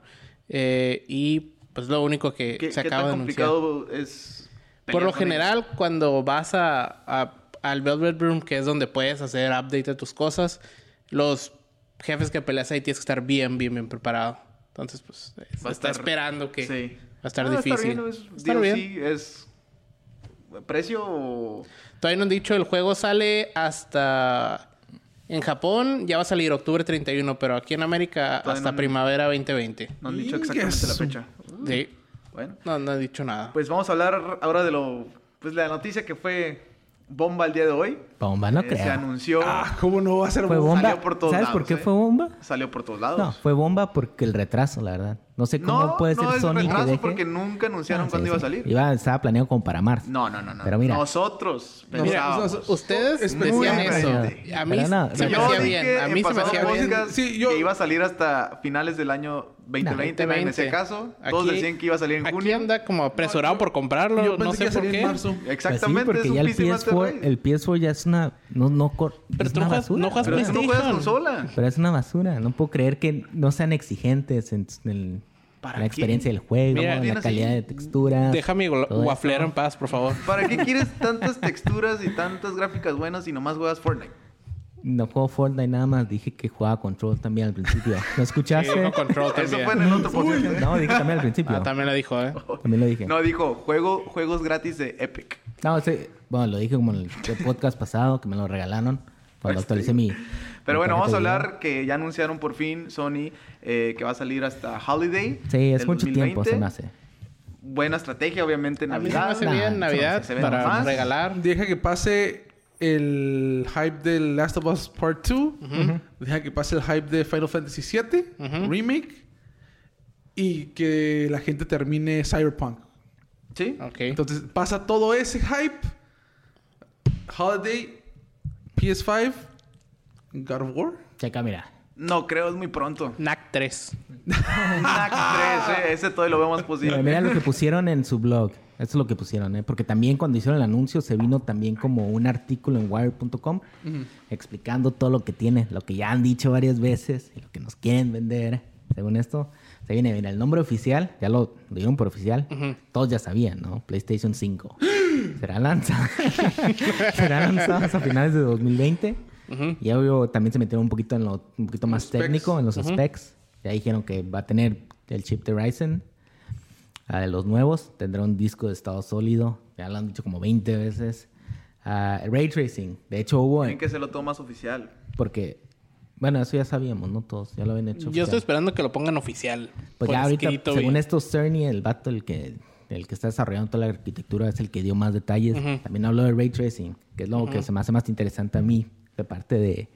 Speaker 4: Eh, y pues lo único que
Speaker 1: ¿Qué,
Speaker 4: se
Speaker 1: qué
Speaker 4: acaba
Speaker 1: tan
Speaker 4: de anunciar.
Speaker 1: complicado es?
Speaker 4: Por
Speaker 1: pelear
Speaker 4: lo
Speaker 1: con
Speaker 4: general, cuando vas a, a- al Velvet Room, que es donde puedes hacer update de tus cosas, los jefes que peleas ahí tienes que estar bien, bien, bien preparado. Entonces, pues, eh,
Speaker 1: Va a estar-
Speaker 4: está esperando que
Speaker 1: ellos? Sí.
Speaker 4: va a estar
Speaker 1: Ah,
Speaker 4: difícil.
Speaker 1: bien, es
Speaker 4: Va a estar
Speaker 1: DLC,
Speaker 4: bien.
Speaker 1: es precio o-
Speaker 4: Todavía no han dicho, el juego sale hasta... En Japón ya va a salir octubre 31, pero aquí en América
Speaker 1: Todavía
Speaker 4: hasta
Speaker 1: no-
Speaker 4: primavera 2020.
Speaker 1: no han dicho
Speaker 3: Ingue
Speaker 1: exactamente la
Speaker 3: su-
Speaker 1: fecha.
Speaker 4: Sí,
Speaker 1: Bueno,
Speaker 4: no, no han dicho nada.
Speaker 1: pues vamos a hablar ahora de lo pues la pues, noticia que fue bomba el día de hoy.
Speaker 2: Bomba, no
Speaker 1: Eh,
Speaker 2: creo.
Speaker 1: Se anunció,
Speaker 3: Ah, ¿cómo no va a ser
Speaker 2: Fue
Speaker 3: bomba?
Speaker 2: bomba.
Speaker 1: salió por todos
Speaker 2: ¿Sabes
Speaker 1: lados,
Speaker 2: por qué
Speaker 1: ¿eh?
Speaker 2: fue bomba?
Speaker 1: salió por todos
Speaker 2: No,
Speaker 1: lados.
Speaker 2: fue bomba porque el retraso, la verdad. No sé cómo puede ser
Speaker 1: es
Speaker 2: Sony que
Speaker 1: retraso
Speaker 2: deje-
Speaker 1: porque nunca anunciaron
Speaker 2: Ah, sí,
Speaker 1: cuándo iba a
Speaker 2: sí.
Speaker 1: salir.
Speaker 2: Iba- estaba planeado como para marzo.
Speaker 1: No, no, no, no.
Speaker 2: Pero mira.
Speaker 1: Nosotros
Speaker 3: Mira,
Speaker 1: pensábamos.
Speaker 3: nosotros-
Speaker 4: Ustedes
Speaker 3: Es muy
Speaker 4: decían eso.
Speaker 1: diferente.
Speaker 4: A mí
Speaker 2: Pero no,
Speaker 4: se me
Speaker 2: yo
Speaker 4: hacía
Speaker 2: dije
Speaker 4: bien. A
Speaker 1: en
Speaker 4: mí se me
Speaker 1: pasado
Speaker 4: hacía bien.
Speaker 1: podcast
Speaker 3: Sí, yo-
Speaker 1: que iba a salir hasta finales del año 2020, en ese
Speaker 4: 2020.
Speaker 1: caso. Todos
Speaker 4: Aquí-
Speaker 1: decían que iba a salir en
Speaker 4: Aquí
Speaker 1: junio.
Speaker 4: anda como apresurado por comprarlo.
Speaker 3: Yo pensé
Speaker 4: no
Speaker 3: que
Speaker 4: sé
Speaker 3: iba a
Speaker 4: por
Speaker 3: salir
Speaker 4: qué.
Speaker 3: en marzo.
Speaker 2: Pues sí,
Speaker 1: Exactamente,
Speaker 2: porque
Speaker 1: es un
Speaker 2: ya el
Speaker 1: PC Master
Speaker 2: PS4,
Speaker 1: Race.
Speaker 2: el PS4 ya es una... No, no, cor-
Speaker 4: Pero
Speaker 2: es
Speaker 4: tú
Speaker 2: una
Speaker 4: no juegas-
Speaker 2: basura,
Speaker 4: no juegas
Speaker 2: la
Speaker 1: Pero
Speaker 2: verdad.
Speaker 1: tú no juegas
Speaker 4: PlayStation.
Speaker 1: consola.
Speaker 2: Pero es una basura. No puedo creer que no sean exigentes en, en
Speaker 1: ¿Para
Speaker 2: la
Speaker 1: qué?
Speaker 2: experiencia del juego,
Speaker 4: Mira, Mm,
Speaker 2: en
Speaker 1: viene
Speaker 2: la
Speaker 1: así.
Speaker 2: calidad de texturas.
Speaker 4: Deja mi
Speaker 2: todo eso.
Speaker 4: waffler en paz, por favor.
Speaker 1: ¿Para qué quieres tantas texturas y tantas gráficas buenas y nomás juegas Fortnite?
Speaker 2: No juego Fortnite nada más. Dije que jugaba Control también al principio. ¿No escuchaste?
Speaker 4: Sí, dijo Control
Speaker 1: Eso
Speaker 4: también.
Speaker 1: fue en el otro podcast.
Speaker 2: no, dije también al principio.
Speaker 4: Ah, también lo dijo, ¿eh?
Speaker 2: También lo dije.
Speaker 1: No, dijo juego, juegos gratis de Epic.
Speaker 2: No, sí, bueno, lo dije como en el el podcast pasado, que me lo regalaron cuando actualicé mi...
Speaker 1: Pues Pero
Speaker 2: mi
Speaker 1: bueno, vamos a
Speaker 2: tarjeta de
Speaker 1: hablar que ya anunciaron por fin Sony eh, que va a salir hasta Holiday.
Speaker 2: video. Sí, es
Speaker 1: del
Speaker 2: mucho tiempo,
Speaker 1: 2020.
Speaker 2: se me hace.
Speaker 1: Buena estrategia, obviamente,
Speaker 4: A mí se me
Speaker 1: Navidad.
Speaker 4: hace
Speaker 2: nah,
Speaker 4: bien Navidad
Speaker 1: se ve
Speaker 4: para
Speaker 1: nomás.
Speaker 4: regalar.
Speaker 3: Deja que pase el hype de Last of Us Part 2. Deja que pase el hype de Final Fantasy VII
Speaker 4: Ujú.
Speaker 3: Remake. Y que la gente termine Cyberpunk.
Speaker 1: Sí.
Speaker 4: Ok.
Speaker 3: Entonces pasa todo ese hype. Holiday, PS5, God of War.
Speaker 2: Checa, mira.
Speaker 1: No, creo, es muy pronto.
Speaker 4: NAC 3.
Speaker 1: Knack 3, eh, ese todavía lo vemos posible.
Speaker 2: Mira, mira lo que pusieron en su blog. Eso es lo que pusieron, ¿eh? Porque también cuando hicieron el anuncio se vino también como un artículo en wire.com explicando todo lo que tiene, lo que ya han dicho varias veces y lo que nos quieren vender. Según esto, se viene, mira, el nombre oficial, ya lo dieron por oficial, todos ya sabían, ¿no? PlayStation 5. Será lanzado. Será lanzado a finales de 2020. Y obvio, también se metieron un poquito en lo un poquito más
Speaker 3: specs.
Speaker 2: técnico, en los specs. Ya dijeron que va a tener el chip de Ryzen, Ah, de los nuevos. Tendrá un disco de estado sólido. Ya lo han dicho como 20 veces. Ah, ray tracing. De hecho, hubo.
Speaker 1: Tienen que hacerlo todo más oficial.
Speaker 2: Porque. Bueno, eso ya sabíamos, ¿no? Todos ya lo habían hecho.
Speaker 4: Yo estoy
Speaker 2: oficial.
Speaker 4: esperando que lo pongan oficial.
Speaker 2: Pues
Speaker 4: por
Speaker 2: ya ahorita,
Speaker 4: escrito y-
Speaker 2: según esto, Cerny, el vato, el que, el que está desarrollando toda la arquitectura, es el que dio más detalles. También habló de ray tracing, que es lo que se me hace más interesante a mí, de parte de,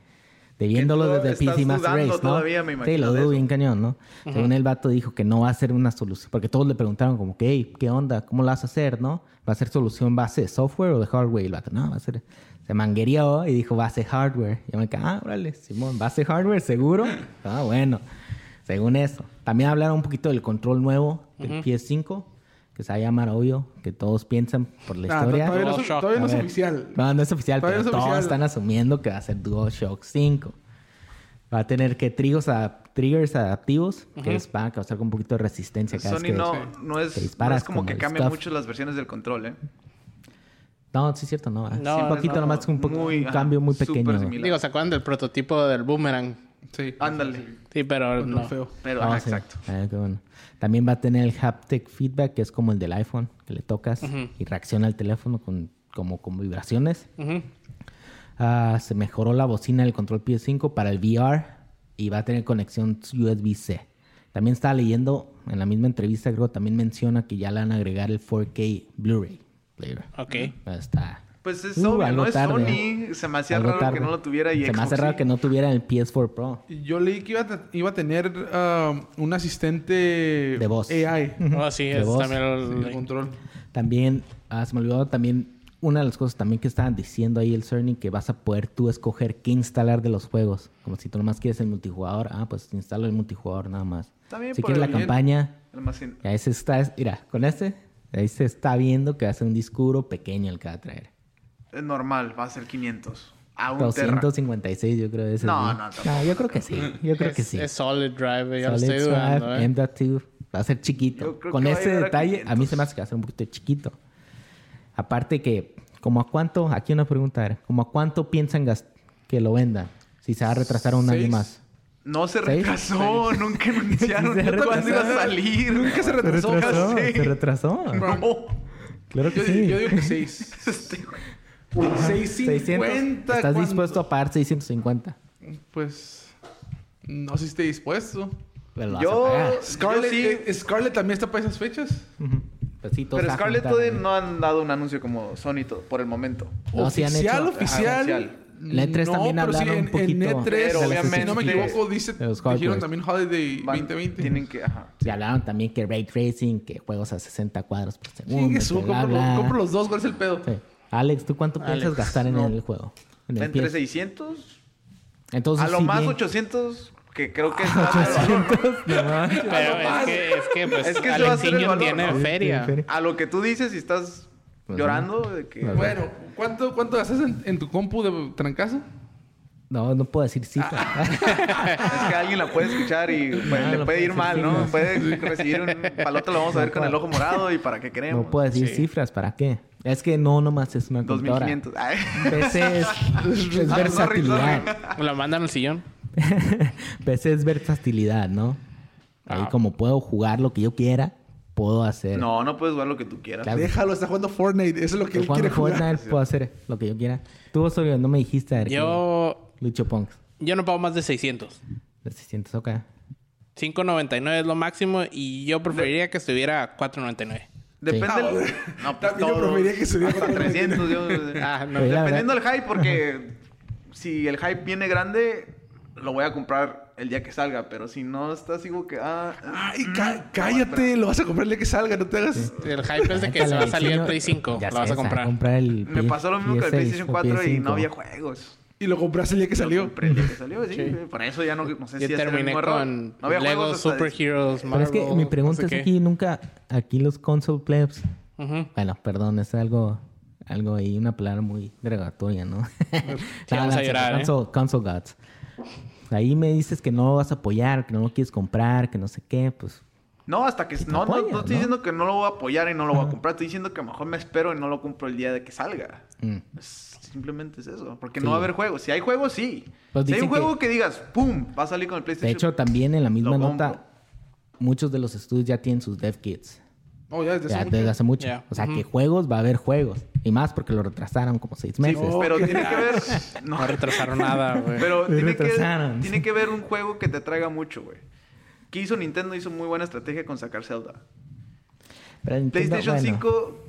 Speaker 2: de viéndolo
Speaker 1: tú
Speaker 2: desde el
Speaker 1: estás
Speaker 2: PC Master
Speaker 1: dudando
Speaker 2: Race, ¿no?
Speaker 1: todavía, me
Speaker 2: sí,
Speaker 1: imagino,
Speaker 2: lo
Speaker 1: de eso.
Speaker 2: dudo bien cañón, ¿no? Según el vato dijo que no va a ser una solución, porque todos le preguntaron como que, "Hey, ¿qué onda? ¿Cómo la vas a hacer, no? ¿Va a ser solución base de software o de hardware? Y el vato, no, va a ser... Se manguereó y dijo base hardware. Y yo me quedé, ah, órale, Simón, base hardware, seguro. Ah, bueno. Según eso. También hablaron un poquito del control nuevo del PS5, que se va a llamar, obvio, que todos piensan por la
Speaker 3: Ah,
Speaker 2: historia.
Speaker 3: todavía no, es-
Speaker 4: DualShock.
Speaker 3: todavía no es
Speaker 2: A ver.
Speaker 3: oficial.
Speaker 2: No, no es oficial,
Speaker 3: Todavía
Speaker 2: pero
Speaker 3: no es
Speaker 2: todos
Speaker 3: oficial.
Speaker 2: están asumiendo que va a ser DualShock 5. Va a tener que triggers, a, triggers adaptivos, que les van a causar con un poquito de resistencia. cada vez
Speaker 1: Sony
Speaker 2: que-
Speaker 1: no,
Speaker 2: Sí.
Speaker 1: no, es,
Speaker 2: te
Speaker 1: no
Speaker 2: disparas
Speaker 1: es como,
Speaker 2: como
Speaker 1: que
Speaker 2: el
Speaker 1: cambian
Speaker 2: scuff.
Speaker 1: mucho las versiones del control, ¿eh?
Speaker 2: No, sí es cierto, no.
Speaker 4: No,
Speaker 2: sí, un
Speaker 4: no,
Speaker 2: poquito
Speaker 1: no,
Speaker 2: nomás, un, po-
Speaker 1: muy,
Speaker 2: un
Speaker 1: ajá,
Speaker 2: cambio muy
Speaker 1: súper
Speaker 2: pequeño.
Speaker 1: similar.
Speaker 4: Digo, ¿se acuerdan del prototipo del boomerang?
Speaker 3: Sí.
Speaker 1: Ándale.
Speaker 4: Sí, pero
Speaker 3: No,
Speaker 4: no.
Speaker 3: feo.
Speaker 1: Pero,
Speaker 2: Ah,
Speaker 1: ajá,
Speaker 2: sí.
Speaker 1: exacto.
Speaker 2: Ah, qué bueno. También va a tener el haptic feedback, que es como el del iPhone, que le tocas y reacciona al teléfono con, como con vibraciones.
Speaker 4: Ujú.
Speaker 2: Ah, se mejoró la bocina del control PS5 para el VR y va a tener conexión USB-C. También estaba leyendo en la misma entrevista, creo que también menciona que ya le van a agregar el 4K Blu-ray player.
Speaker 4: Ok.
Speaker 2: Está.
Speaker 1: Pues es
Speaker 2: Uh,
Speaker 1: obvio,
Speaker 2: algo
Speaker 1: no es
Speaker 2: tarde, ¿eh?
Speaker 1: Sony. Se me hacía
Speaker 2: algo
Speaker 1: raro
Speaker 2: tarde.
Speaker 1: que no lo tuviera y
Speaker 2: Se me hace
Speaker 1: Xbox
Speaker 2: raro
Speaker 1: sí.
Speaker 2: que no tuviera el PS4 Pro.
Speaker 3: Yo leí que iba a, te- iba a tener ah, un asistente de
Speaker 2: voz.
Speaker 3: AI
Speaker 4: Oh, sí,
Speaker 2: De
Speaker 4: es
Speaker 2: voz.
Speaker 4: también
Speaker 3: en
Speaker 4: lo-
Speaker 3: el control.
Speaker 2: También, ah, se me olvidó también una de las cosas también que estaban diciendo ahí el Cerny, que vas a poder tú escoger qué instalar de los juegos. Como si tú nomás quieres el multijugador, ah, pues instalo el multijugador nada más.
Speaker 1: Está bien
Speaker 2: si
Speaker 1: por
Speaker 2: quieres la
Speaker 1: el bien.
Speaker 2: campaña,
Speaker 1: Almacén-
Speaker 2: ahí se está, mira, con este, ahí se está viendo que va a ser un disco duro pequeño el que va a traer.
Speaker 1: Es eh, normal, va a ser 500. A un terra.
Speaker 2: 256 yo creo ese.
Speaker 1: No,
Speaker 2: es
Speaker 1: no,
Speaker 2: bien.
Speaker 1: tampoco,
Speaker 2: yo creo que sí, yo creo
Speaker 4: es,
Speaker 2: que sí.
Speaker 4: es Solid Drive, ya lo
Speaker 2: Solid
Speaker 4: estoy
Speaker 2: Drive,
Speaker 4: dudando, ¿eh?
Speaker 2: M.2 va a ser chiquito.
Speaker 1: Yo creo
Speaker 2: Con
Speaker 1: que va a
Speaker 2: ese
Speaker 1: llegar a
Speaker 2: detalle, a mí
Speaker 1: 500.
Speaker 2: se me hace que va a ser un poquito chiquito. Aparte que, como a cuánto, aquí una pregunta, a ver, como a cuánto piensan gas- que lo vendan? Si se va a retrasar un año
Speaker 3: Seis.
Speaker 2: más.
Speaker 1: No se
Speaker 2: ¿Seis?
Speaker 1: retrasó, nunca anunciaron
Speaker 2: Sí, se
Speaker 1: cuándo iba a
Speaker 3: retrasó.
Speaker 1: salir.
Speaker 3: Nunca se retrasó.
Speaker 1: Ya sé.
Speaker 2: se retrasó.
Speaker 1: No.
Speaker 2: Claro que
Speaker 3: Yo,
Speaker 2: sí.
Speaker 3: yo digo que 6.
Speaker 1: Este, güey.
Speaker 3: 650.
Speaker 2: ¿Estás
Speaker 3: ¿cuánto?
Speaker 2: dispuesto a pagar 650?
Speaker 3: Pues. No sé si esté dispuesto.
Speaker 2: Pero lo vas a
Speaker 1: Yo,
Speaker 2: pagar.
Speaker 1: yo
Speaker 3: Scarlett,
Speaker 1: sí.
Speaker 3: eh, Scarlett también está para esas fechas.
Speaker 2: Pues sí, todos
Speaker 1: Pero
Speaker 2: la
Speaker 1: Scarlet
Speaker 2: juntaron,
Speaker 1: Toddy
Speaker 2: ¿no?
Speaker 1: no han dado un anuncio como Sony to- por el momento.
Speaker 2: No, sí han
Speaker 3: oficial,
Speaker 2: hecho- Ah,
Speaker 1: Ajá,
Speaker 3: oficial.
Speaker 1: oficial.
Speaker 2: La E3 también hablaron un poquito
Speaker 3: En E3,
Speaker 1: Pero
Speaker 3: si no me
Speaker 1: obviamente-
Speaker 3: equivoco, dice,
Speaker 2: de los
Speaker 3: dijeron
Speaker 2: hardwares.
Speaker 3: también Holiday
Speaker 1: Van-
Speaker 3: 2020.
Speaker 1: Tienen que. Ajá.
Speaker 2: Y hablaron también que ray tracing, que juegos a 60 cuadros por segundo.
Speaker 3: Chingue su,
Speaker 2: que bla,
Speaker 3: compro, los,
Speaker 2: bla.
Speaker 3: compro los dos, ¿cuál es el pedo?
Speaker 2: Sí. Alex, ¿tú cuánto piensas
Speaker 1: Alex,
Speaker 2: gastar en
Speaker 1: no.
Speaker 2: el juego? En el
Speaker 1: Entre
Speaker 2: pie.
Speaker 1: 600.
Speaker 2: Entonces,
Speaker 1: A lo
Speaker 2: sí, Ah,
Speaker 1: más
Speaker 2: bien.
Speaker 1: 800, que creo que es.
Speaker 2: No mames.
Speaker 4: Pero es que, es que, pues,
Speaker 1: Es que eso va a ser el
Speaker 4: Alexiño
Speaker 1: valor,
Speaker 4: tiene
Speaker 1: ¿no?
Speaker 4: feria.
Speaker 2: Tiene
Speaker 1: A lo que tú dices y estás
Speaker 2: Pues,
Speaker 1: llorando de que.
Speaker 2: Ajá.
Speaker 3: Bueno, ¿cuánto, cuánto gastas en, en tu compu de trancazo?
Speaker 2: No, no puedo decir cifra.
Speaker 1: Es que alguien la puede escuchar y pues,
Speaker 2: Ah,
Speaker 1: le puede
Speaker 2: lo puede
Speaker 1: ir mal,
Speaker 2: decir,
Speaker 1: ¿no?
Speaker 2: sí.
Speaker 1: Puede recibir un palote, lo vamos a ver con el ojo morado y para qué queremos.
Speaker 2: no puedo decir
Speaker 4: sí.
Speaker 2: cifras, ¿para qué? Es que no, nomás es una computadora.
Speaker 1: 2500. Ay.
Speaker 2: PC es, es
Speaker 1: Ah, sorry,
Speaker 2: versatilidad.
Speaker 4: La mandan al sillón.
Speaker 2: PC es versatilidad, ¿no? Ahí como puedo jugar lo que yo quiera, puedo hacer.
Speaker 1: No, no puedes jugar lo que tú quieras.
Speaker 2: Claro.
Speaker 3: Déjalo, está jugando Fortnite. Eso es lo que
Speaker 2: Yo
Speaker 3: él
Speaker 2: cuando
Speaker 3: quiere jugar.
Speaker 2: Fortnite puedo hacer lo que yo quiera. Tú, Osorio, no me dijiste a ver
Speaker 4: Yo,
Speaker 2: qué- Lucho Ponks.
Speaker 4: yo no pago más de 600.
Speaker 2: De 600 acá.
Speaker 4: 5.99 es lo máximo y yo preferiría que estuviera a 4.99.
Speaker 1: Depende.
Speaker 3: Ah,
Speaker 1: del- No, pues
Speaker 3: También yo
Speaker 1: todo.
Speaker 3: preferiría que se diera
Speaker 1: Hasta 300. yo-
Speaker 4: Ah, no.
Speaker 2: Sí, la
Speaker 1: Dependiendo del hype, porque si el hype viene grande, lo voy a comprar el día que salga. Pero si no, está así como que. Ah,
Speaker 3: Ay,
Speaker 1: mm,
Speaker 3: cá-
Speaker 1: no,
Speaker 3: cállate, lo vas a comprarle que salga, no te hagas.
Speaker 4: El hype es de que se va a salir el Play 5.
Speaker 2: Ya
Speaker 4: Lo vas
Speaker 2: sé,
Speaker 4: a
Speaker 2: se va
Speaker 4: comprar.
Speaker 2: el
Speaker 1: Me
Speaker 2: P-
Speaker 1: pasó lo mismo que el
Speaker 2: PS6
Speaker 1: PlayStation
Speaker 2: o
Speaker 1: 4 y no
Speaker 2: PS5.
Speaker 1: había juegos.
Speaker 3: Y lo compraste el día que
Speaker 1: Lo
Speaker 3: salió.
Speaker 1: compré el día que salió, sí.
Speaker 4: Sí.
Speaker 1: Por eso ya no, no sé
Speaker 4: Yo
Speaker 1: si hacer el
Speaker 4: terminé
Speaker 1: mismo error.
Speaker 4: con
Speaker 1: No había
Speaker 4: Lego
Speaker 1: juegos hasta de-
Speaker 4: Super Heroes
Speaker 2: Pero es que mi pregunta es aquí nunca... Aquí los console plebs... Bueno, perdón, es algo... Algo ahí, una palabra muy derogatoria, ¿no? Nada,
Speaker 4: vamos a
Speaker 2: sí,
Speaker 4: llorar, ¿eh?
Speaker 2: console, console gods. Ahí me dices que no vas a apoyar, que no lo quieres comprar, que no sé qué, pues...
Speaker 1: No, hasta que... No, no,
Speaker 2: apoyas,
Speaker 1: no estoy
Speaker 2: ¿no?
Speaker 1: diciendo que no lo voy a apoyar y no lo voy a comprar. Estoy diciendo que mejor me espero y no lo compro el día de que salga.
Speaker 2: mm.
Speaker 1: Es- simplemente es eso. Porque
Speaker 2: Sí.
Speaker 1: no va a haber juegos. Si hay juegos, sí.
Speaker 2: Pues
Speaker 1: si hay un
Speaker 2: dicen
Speaker 1: juego que... digas, ¡pum! Va a salir con el
Speaker 2: De
Speaker 1: PlayStation.
Speaker 2: hecho, también en la misma
Speaker 1: lo
Speaker 2: nota,
Speaker 1: compro.
Speaker 2: muchos de los estudios ya tienen sus dev kits.
Speaker 3: No, ya desde
Speaker 2: Ya,
Speaker 3: hace
Speaker 2: desde
Speaker 3: mucho.
Speaker 2: hace mucho.
Speaker 4: Ya.
Speaker 2: O sea,
Speaker 4: Ujú.
Speaker 2: que juegos va a haber juegos. Y más porque lo retrasaron como seis
Speaker 1: Sí,
Speaker 2: meses.
Speaker 1: pero
Speaker 3: Oh,
Speaker 1: tiene que ver... No,
Speaker 4: No retrasaron nada, güey.
Speaker 1: pero
Speaker 2: Me
Speaker 1: tiene que,
Speaker 2: retrasaron.
Speaker 1: tiene que ver un juego que te traiga mucho, güey. Que hizo Nintendo, hizo muy buena estrategia con sacar Zelda.
Speaker 2: Pero Nintendo,
Speaker 1: PlayStation
Speaker 2: bueno,
Speaker 1: 5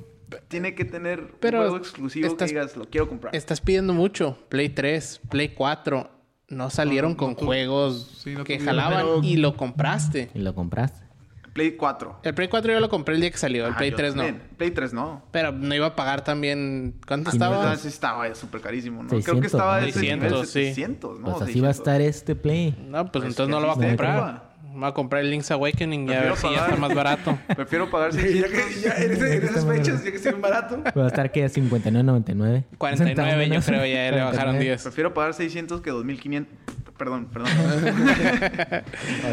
Speaker 1: tiene que tener
Speaker 4: Pero
Speaker 1: un juego exclusivo
Speaker 4: estás-
Speaker 1: que digas, lo quiero comprar.
Speaker 4: Estás pidiendo mucho. Play 3, Play 4. No salieron
Speaker 1: Ah,
Speaker 3: No, no
Speaker 4: con
Speaker 3: tu-
Speaker 4: juegos
Speaker 3: sí, no
Speaker 4: que
Speaker 3: tuvieron,
Speaker 4: jalaban
Speaker 3: pero-
Speaker 4: y lo compraste.
Speaker 2: Y lo compraste.
Speaker 1: Play 4.
Speaker 4: El Play 4 yo lo compré el día que salió. El
Speaker 1: Ajá,
Speaker 4: Play
Speaker 1: Ah, yo
Speaker 4: 3 no.
Speaker 1: también. Play 3 no.
Speaker 4: Pero no iba a pagar también. ¿Cuánto
Speaker 1: Estaba,
Speaker 4: estaba?
Speaker 1: sí estaba súper carísimo, ¿no?
Speaker 2: 600,
Speaker 1: Creo que estaba
Speaker 2: ¿no?
Speaker 1: de ese nivel,
Speaker 4: 600, sí.
Speaker 1: 700, ¿no?
Speaker 2: pues así va a
Speaker 4: oh.
Speaker 1: 600.
Speaker 2: estar este Play.
Speaker 4: No, pues
Speaker 1: Pues
Speaker 4: entonces no
Speaker 1: que
Speaker 4: lo va a
Speaker 1: así se
Speaker 4: comprar.
Speaker 1: ocupa.
Speaker 4: Va a comprar el Link's Awakening y a
Speaker 1: Prefiero
Speaker 4: ver si ya
Speaker 1: pagar.
Speaker 4: está más barato.
Speaker 1: Prefiero pagar
Speaker 3: Ya
Speaker 1: 600.
Speaker 3: que ya en, ese- en esas fechas, ya que se ve barato.
Speaker 2: Va a estar que 59.99.
Speaker 4: 49 yo creo ya le bajaron
Speaker 2: 49.
Speaker 4: 10.
Speaker 1: Prefiero pagar 600 que 2500. Perdón, perdón.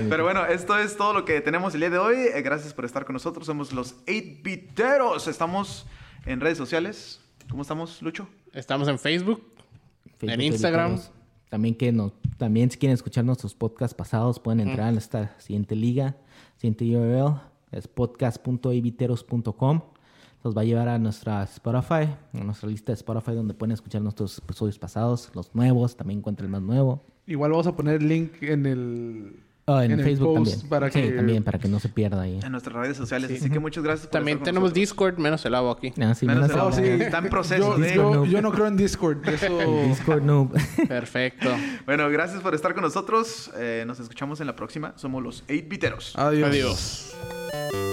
Speaker 1: Pero bueno, esto es todo lo que tenemos el día de hoy. Eh, Gracias por estar con nosotros. Somos los 8-biteros. Estamos en redes sociales. ¿Cómo estamos, Lucho?
Speaker 4: Estamos en Facebook.
Speaker 2: Facebook
Speaker 4: En Instagram.
Speaker 2: Editores. También que nos, también si quieren escuchar nuestros podcasts pasados, pueden entrar en esta siguiente liga, siguiente URL, es podcast.eviteros.com. Los va a llevar a nuestra Spotify, a nuestra lista de Spotify, donde pueden escuchar nuestros episodios pasados, los nuevos, también encuentran el más nuevo.
Speaker 3: Igual vamos a poner el link en el.
Speaker 2: Ah, en,
Speaker 3: el
Speaker 2: Facebook
Speaker 3: post
Speaker 2: también.
Speaker 3: Para
Speaker 2: sí,
Speaker 3: que... Ah,
Speaker 2: también, para que no se pierda ahí.
Speaker 1: En nuestras redes sociales. Así que muchas gracias por
Speaker 4: También
Speaker 1: estar con
Speaker 4: tenemos
Speaker 1: nosotros.
Speaker 4: Discord, menos el agua aquí.
Speaker 2: Ah, sí,
Speaker 1: Menos
Speaker 2: menos
Speaker 1: el
Speaker 2: ahora.
Speaker 3: No, sí,
Speaker 1: Está en proceso
Speaker 3: Yo,
Speaker 1: de-
Speaker 3: yo- yo no creo en Discord.
Speaker 2: El
Speaker 3: Eso.
Speaker 2: Discord noob.
Speaker 4: Perfecto.
Speaker 1: Bueno, gracias por estar con nosotros. Eh, nos escuchamos en la próxima. Somos los 8-biteros.
Speaker 3: Adiós.
Speaker 4: Adiós.